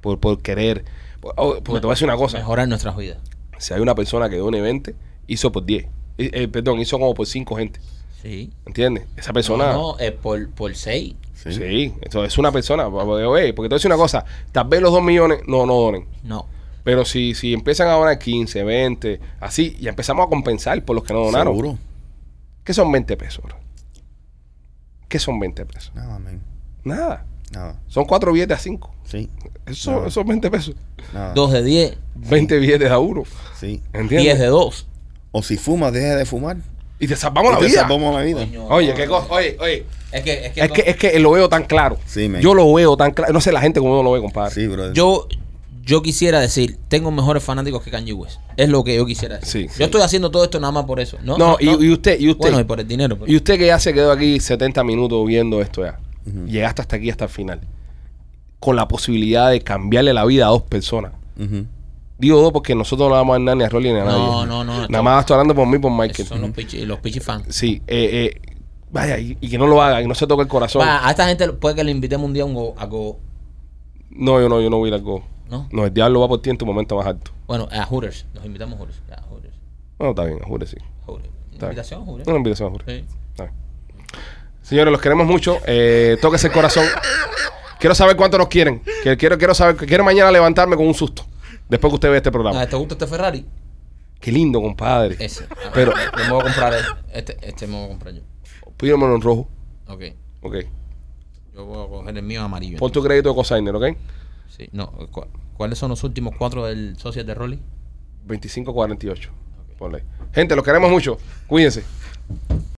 por, por querer. Por- oh, Porque te voy a decir una cosa, Mejorar nuestras vidas. si hay una persona que done 20, hizo por 10. Eh, eh, perdón, hizo como por 5 gente. Sí. ¿Entiendes? Esa persona... No, no, eh, por, por seis. Sí. Sí, esto es una persona. Porque, oye, porque te voy a decir una cosa, tal vez los dos millones no, no donen. No. Pero si, si empiezan ahora 15, 20, así, y empezamos a compensar por los que no donaron. Seguro. ¿Qué son 20 pesos? bro? ¿Qué son 20 pesos? Nada, men. Nada. Nada. Son 4 billetes a 5. Sí. Eso, Nada. Esos 20 pesos. Nada. Dos de diez. 20 billetes a 1. Sí. ¿Entiendes? Diez de dos. O si fumas, deja de fumar. Este Y te salvamos Y la te vida. salvamos la vida. Coño, Oye, no, qué no. cosa. Oye, oye. Es que, es que, Es que, es que lo veo tan claro. Sí, man. Yo lo veo tan claro. No sé la gente cómo lo ve, compadre. Sí, brother. yo, yo quisiera decir, tengo mejores fanáticos que Kanye West. Es lo que yo quisiera decir. Sí, yo estoy haciendo todo esto nada más por eso. No, No, y, y usted, y usted. Bueno, y por el dinero. pero- Y usted que ya se quedó aquí 70 minutos viendo esto ya, Mm. llegaste hasta aquí, hasta el final, con la posibilidad de cambiarle la vida a dos personas. Ujú. Digo dos porque nosotros no vamos a dar ni a Rolly ni a No, nadie. no, no, Nada estamos- más estoy hablando por mí, y por Esos Michael. son los pichi, los pichi fans. Sí, eh, eh, vaya, y, y que no lo haga, y no se toque el corazón. Va, a esta gente puede que le invitemos un día a un go, a go- No, yo no, yo no voy a ir al go. ¿no? No, el diablo va por ti en tu momento más alto. Bueno, a Hooters. Nos invitamos a Hooters. Ya, a Hooters. Bueno, está bien, jure, sí. Hooters. Está bien. Invitación a Hooters. No, invitación, jure. Sí. Está bien. Señores, los queremos mucho. Eh, tóquese el corazón. Quiero saber cuánto nos quieren. Que- Quiero, quiero saber. Quiero mañana levantarme con un susto. Después que usted ve este Ah, programa. ¿Te gusta este Ferrari? Qué lindo, compadre. Ese. Ah, Pero- me me voy a comprar el- este. Este me voy a comprar yo. Pídemelo en rojo. Ok. Ok. Yo voy a coger el mío amarillo. Pon tu crédito de cosigner, ¿ok? Sí, no. cu- ¿Cuáles son los últimos cuatro del social de Rolly? 2548. Ponle ahí. Gente, los queremos mucho. Cuídense.